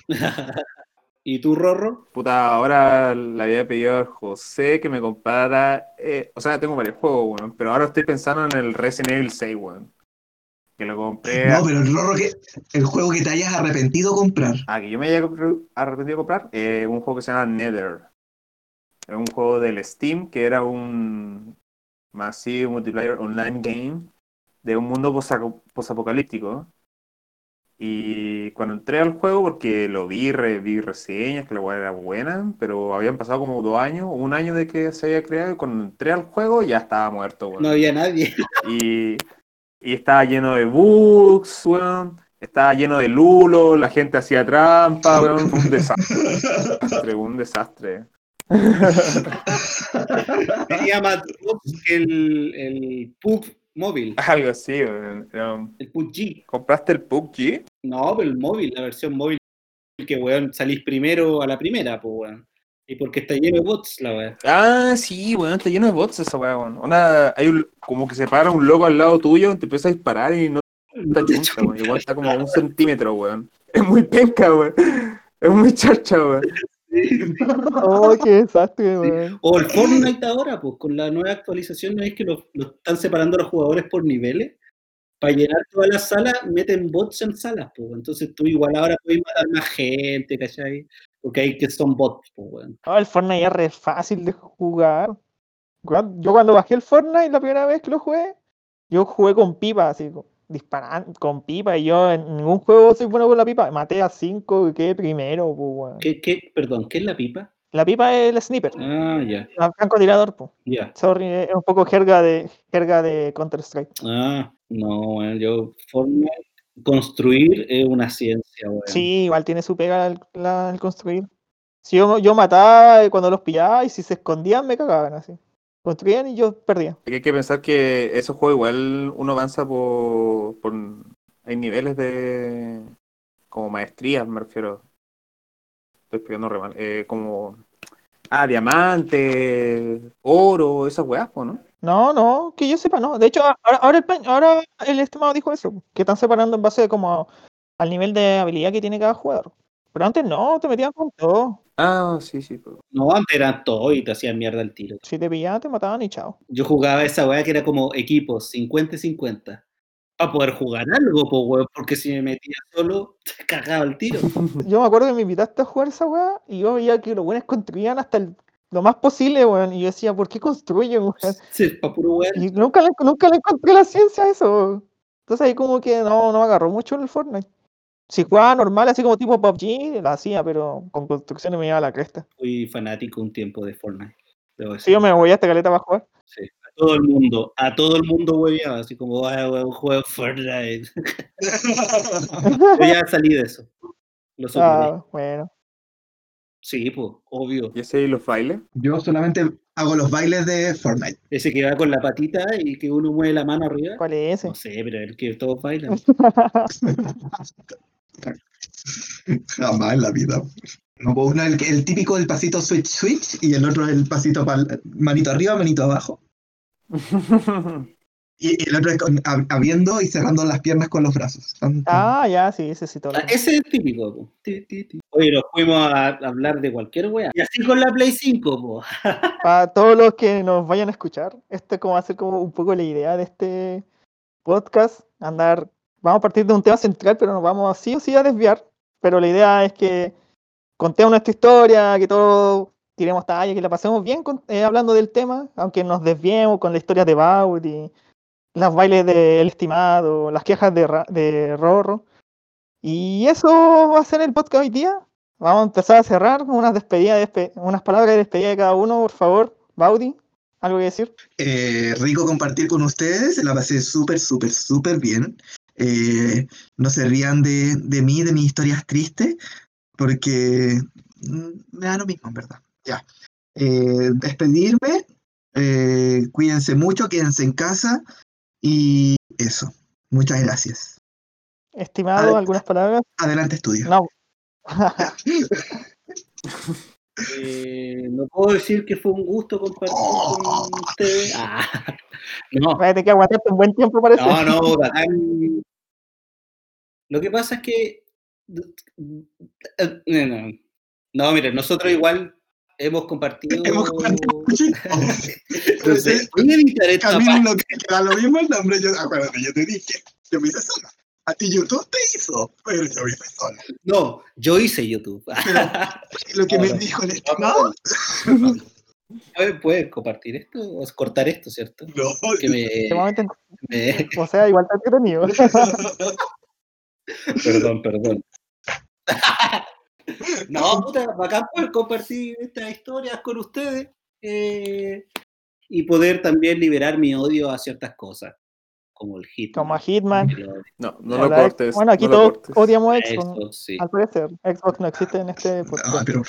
[SPEAKER 4] ¿Y tú, Rorro?
[SPEAKER 3] Puta, ahora le había pedido al José que me comprara. eh, o sea, tengo varios juegos, weón. Pero ahora estoy pensando en el Resident Evil 6, weón. Que lo compré.
[SPEAKER 2] No, pero el rorro que. El juego que te hayas arrepentido comprar.
[SPEAKER 3] Ah, que yo me haya compr- arrepentido de comprar eh, un juego que se llama Nether. Era un juego del Steam que era un Massive Multiplayer Online Game de un mundo posa- posapocalíptico. Y cuando entré al juego, porque lo vi, re- vi reseñas, que la weá era buena, pero habían pasado como dos años, un año de que se había creado, y cuando entré al juego ya estaba muerto, weón
[SPEAKER 4] No había nadie.
[SPEAKER 3] y, y estaba lleno de bugs, weón. Estaba lleno de lulo, la gente hacía trampa, weón. Fue un desastre, un desastre.
[SPEAKER 4] Tenía más bugs que el, el PUG móvil,
[SPEAKER 3] Algo así, weón. Um,
[SPEAKER 4] el PUBG.
[SPEAKER 3] ¿Compraste el PUBG?
[SPEAKER 4] No, pero el móvil, la versión móvil, que weón, salís primero a la primera, pues weón. Y porque está lleno de bots, la weá.
[SPEAKER 3] Ah, sí, weón. Está lleno de bots esa weá, weón. Una, hay un- como que se para un loco al lado tuyo, te empieza a disparar y no
[SPEAKER 4] No
[SPEAKER 3] está
[SPEAKER 4] te
[SPEAKER 3] chuncha, weón. Igual está como a un centímetro, weón. Es muy penca, weón. Es muy charcha, weón.
[SPEAKER 4] chupes.
[SPEAKER 1] Oh, qué desastre, weón.
[SPEAKER 4] O el Fortnite ahora, pues con la nueva actualización, ¿no es que los los están separando a los jugadores por niveles? Para llenar todas las salas, meten bots en salas, pues. Entonces tú igual ahora puedes matar más gente, ¿cachai? Porque hay que son bots, pues, weón.
[SPEAKER 1] No, Oh, el Fortnite es re fácil de jugar. Weón, Yo cuando bajé el Fortnite la primera vez que lo jugué, yo jugué con pipa, así, co- disparando con pipa, y yo en ningún juego soy bueno con la pipa. Maté a 5 y quedé primero, po, weón.
[SPEAKER 4] ¿Qué, qué, perdón, ¿qué es la pipa?
[SPEAKER 1] La pipa es el sniper,
[SPEAKER 4] Ah, ya,
[SPEAKER 1] el francotirador, po.
[SPEAKER 4] ya.
[SPEAKER 1] Sorry, eh, es un poco jerga de jerga de Counter-Strike.
[SPEAKER 4] Ah, no, weón, yo Fortnite, construir es una ciencia, weón.
[SPEAKER 1] Sí, igual tiene su pega al, la- al construir. Si yo, yo mataba eh, cuando los pillaba y si se escondían me cagaban así. Construían y yo perdía.
[SPEAKER 3] Hay que pensar que esos juegos igual uno avanza por, por hay niveles de como maestrías, me refiero. Estoy explicando re mal. Eh, como ah, diamante, oro, esas weas, po, ¿no?
[SPEAKER 1] No, no, que yo sepa, no. De hecho, a- ahora, ahora el, pan- ahora el estimado dijo eso, que están separando en base como al nivel de habilidad que tiene cada jugador. Pero antes no, te metían con todo.
[SPEAKER 3] Ah, sí, sí. po.
[SPEAKER 4] No, antes eran todo y te hacían mierda el tiro.
[SPEAKER 1] Si te pillaban, te mataban y chao.
[SPEAKER 4] Yo jugaba esa weá que era como equipos, 50 y 50. Para poder jugar algo, po, weón, porque si me metía solo, cagaba el tiro.
[SPEAKER 1] Yo me acuerdo que me invitaste a jugar esa weá y yo veía que los buenos construían hasta el- lo más posible, weón. Y yo decía, ¿por qué construyen, weón?
[SPEAKER 4] Sí, pa' puro weá.
[SPEAKER 1] Y nunca le, nunca le encontré la ciencia a eso. Entonces ahí como que no, no me agarró mucho en el Fortnite. Si jugaba normal, así como tipo PUBG, la hacía, pero con construcciones me iba a la cresta.
[SPEAKER 4] Fui fanático un tiempo de Fortnite. debo
[SPEAKER 1] Si yo
[SPEAKER 4] decirlo.
[SPEAKER 1] me voy a esta caleta para jugar.
[SPEAKER 4] Sí, A todo el mundo, a todo el mundo hueveaba, así como, ah, weón, juego de Fortnite. Yo ya salí de eso. Lo superé.
[SPEAKER 1] Ah, bueno.
[SPEAKER 4] Sí, pues, obvio.
[SPEAKER 3] ¿Y ese y los bailes?
[SPEAKER 2] Yo solamente hago los bailes de Fortnite.
[SPEAKER 4] Ese que va con la patita y que uno mueve la mano arriba.
[SPEAKER 1] ¿Cuál es ese?
[SPEAKER 4] No sé, pero el que todos bailan.
[SPEAKER 6] jamás en la vida.
[SPEAKER 2] No, pues uno es el, el típico del pasito switch switch y el otro es el pasito pa'l- manito arriba, manito abajo. Y y el otro es con- ab- abriendo y cerrando las piernas con los brazos. Tan, tan.
[SPEAKER 1] Ah, ya, sí, ese sí todo. lo
[SPEAKER 4] Ah, Ese es típico. po. Ti, ti, ti. Oye, nos fuimos a hablar de cualquier wea. Y así con la Play 5, po.
[SPEAKER 1] Para todos los que nos vayan a escuchar, esto como va a ser como un poco la idea de este podcast, andar, vamos a partir de un tema central, pero nos vamos sí o sí a desviar, pero la idea es que contemos nuestra historia, que todos tiremos talla, que la pasemos bien con- eh, hablando del tema, aunque nos desviemos con la historia de Bauti, las bailes del estimado, las quejas de, Ra- de Rorro. Y eso va a ser el podcast hoy día. Vamos a empezar a cerrar con unas, despedidas, despe- unas palabras de despedida de cada uno, por favor. Bauti, ¿algo que decir?
[SPEAKER 2] Eh, rico compartir con ustedes, la pasé súper, súper, súper bien. Eh, no se rían de, de mí, de mis historias tristes, porque mm, me da lo mismo, en verdad. Ya. Eh, despedirme, eh, cuídense mucho, quédense en casa y eso. Muchas gracias.
[SPEAKER 1] Estimado,
[SPEAKER 2] Ah,
[SPEAKER 1] algunas palabras.
[SPEAKER 2] Adelante, estudio.
[SPEAKER 1] No.
[SPEAKER 4] Eh, no puedo decir que fue un gusto compartir con ustedes. Ah, no,
[SPEAKER 1] Voy a tener que aguantarte un buen tiempo, parece.
[SPEAKER 4] No, no, bacán. Lo que pasa es que. No, no. No, mire, nosotros igual hemos compartido.
[SPEAKER 2] Hemos compartido mucho.
[SPEAKER 4] No sé, voy a editar esta
[SPEAKER 2] Camilo,
[SPEAKER 4] parte.
[SPEAKER 2] lo que te da lo mismo el nombre, yo, acuérdate, yo te dije, yo me hice sola. A ti YouTube te hizo, pero yo me hice sola.
[SPEAKER 4] No, yo hice YouTube.
[SPEAKER 2] Lo que me
[SPEAKER 4] Ahora,
[SPEAKER 2] dijo el estimado,
[SPEAKER 4] Vamos a- ¿Puedes, puedes compartir esto o cortar esto, cierto?
[SPEAKER 2] no,
[SPEAKER 4] Que me,
[SPEAKER 1] Te vamos a intentar-
[SPEAKER 4] me-
[SPEAKER 1] O sea, igual te entretenido.
[SPEAKER 4] Perdón, perdón. No, puta, bacán poder compartir estas historias con ustedes eh, y poder también liberar mi odio a ciertas cosas, como el hit.
[SPEAKER 1] Como a Hitman.
[SPEAKER 3] No, no
[SPEAKER 1] como
[SPEAKER 3] lo
[SPEAKER 1] la X-
[SPEAKER 3] cortes.
[SPEAKER 1] Bueno, aquí
[SPEAKER 3] no lo
[SPEAKER 1] todos
[SPEAKER 3] cortes.
[SPEAKER 1] odiamos a Xbox.
[SPEAKER 4] Eso, sí.
[SPEAKER 1] Al parecer, Xbox no existe en este podcast.
[SPEAKER 2] Ah, pero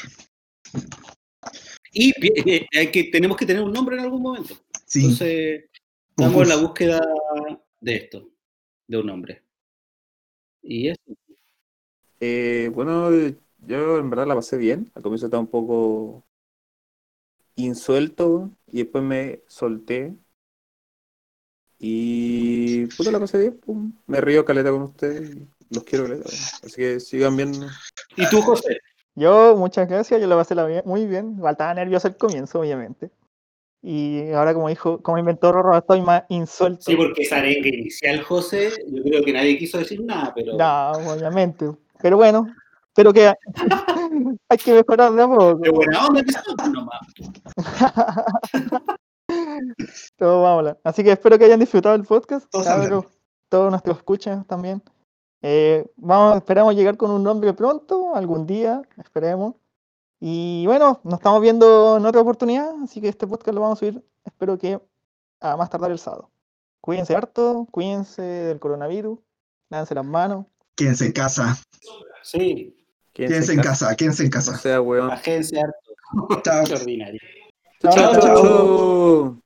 [SPEAKER 4] Y pi- eh, hay que, tenemos que tener un nombre en algún momento.
[SPEAKER 2] sí.
[SPEAKER 4] Entonces, estamos en la búsqueda de esto, de un nombre. Y eso.
[SPEAKER 3] Eh, bueno, yo en verdad la pasé bien. Al comienzo estaba un poco insuelto y después me solté. Y puta, la pasé bien. pum. Me río caleta con ustedes. Los quiero caleta. Así que sigan viendo.
[SPEAKER 4] ¿Y tú, José?
[SPEAKER 1] Yo, muchas gracias, yo la pasé la bien- muy bien. Igual estaba nervioso al comienzo, obviamente. Y ahora, como dijo, como inventó Rorro, estoy más insuelto.
[SPEAKER 4] Sí, porque esa arenga inicial, José, yo creo que nadie quiso decir nada, pero...
[SPEAKER 1] No, obviamente. Pero bueno, pero que hay que mejorar de a poco.
[SPEAKER 4] Pero buena onda que somos nomás.
[SPEAKER 1] Todo vamos a hablar. Así que espero que hayan disfrutado el podcast.
[SPEAKER 2] Todos
[SPEAKER 1] cabros,
[SPEAKER 2] hablan.
[SPEAKER 1] todos nuestros escuchas también. Eh, vamos, esperamos llegar con un nombre pronto, algún día, esperemos. Y bueno, nos estamos viendo en otra oportunidad, así que este podcast lo vamos a subir, espero que a más tardar el sábado. Cuídense harto, cuídense del coronavirus, lávense las manos.
[SPEAKER 2] Quédense en casa,
[SPEAKER 4] Sí,
[SPEAKER 2] quédense en casa, quédense en
[SPEAKER 3] No
[SPEAKER 2] casa.
[SPEAKER 3] sea, weón.
[SPEAKER 4] agencia
[SPEAKER 2] Chao.
[SPEAKER 4] ordinaria.
[SPEAKER 1] Chao,
[SPEAKER 4] Chao,
[SPEAKER 1] chao.
[SPEAKER 3] Chau.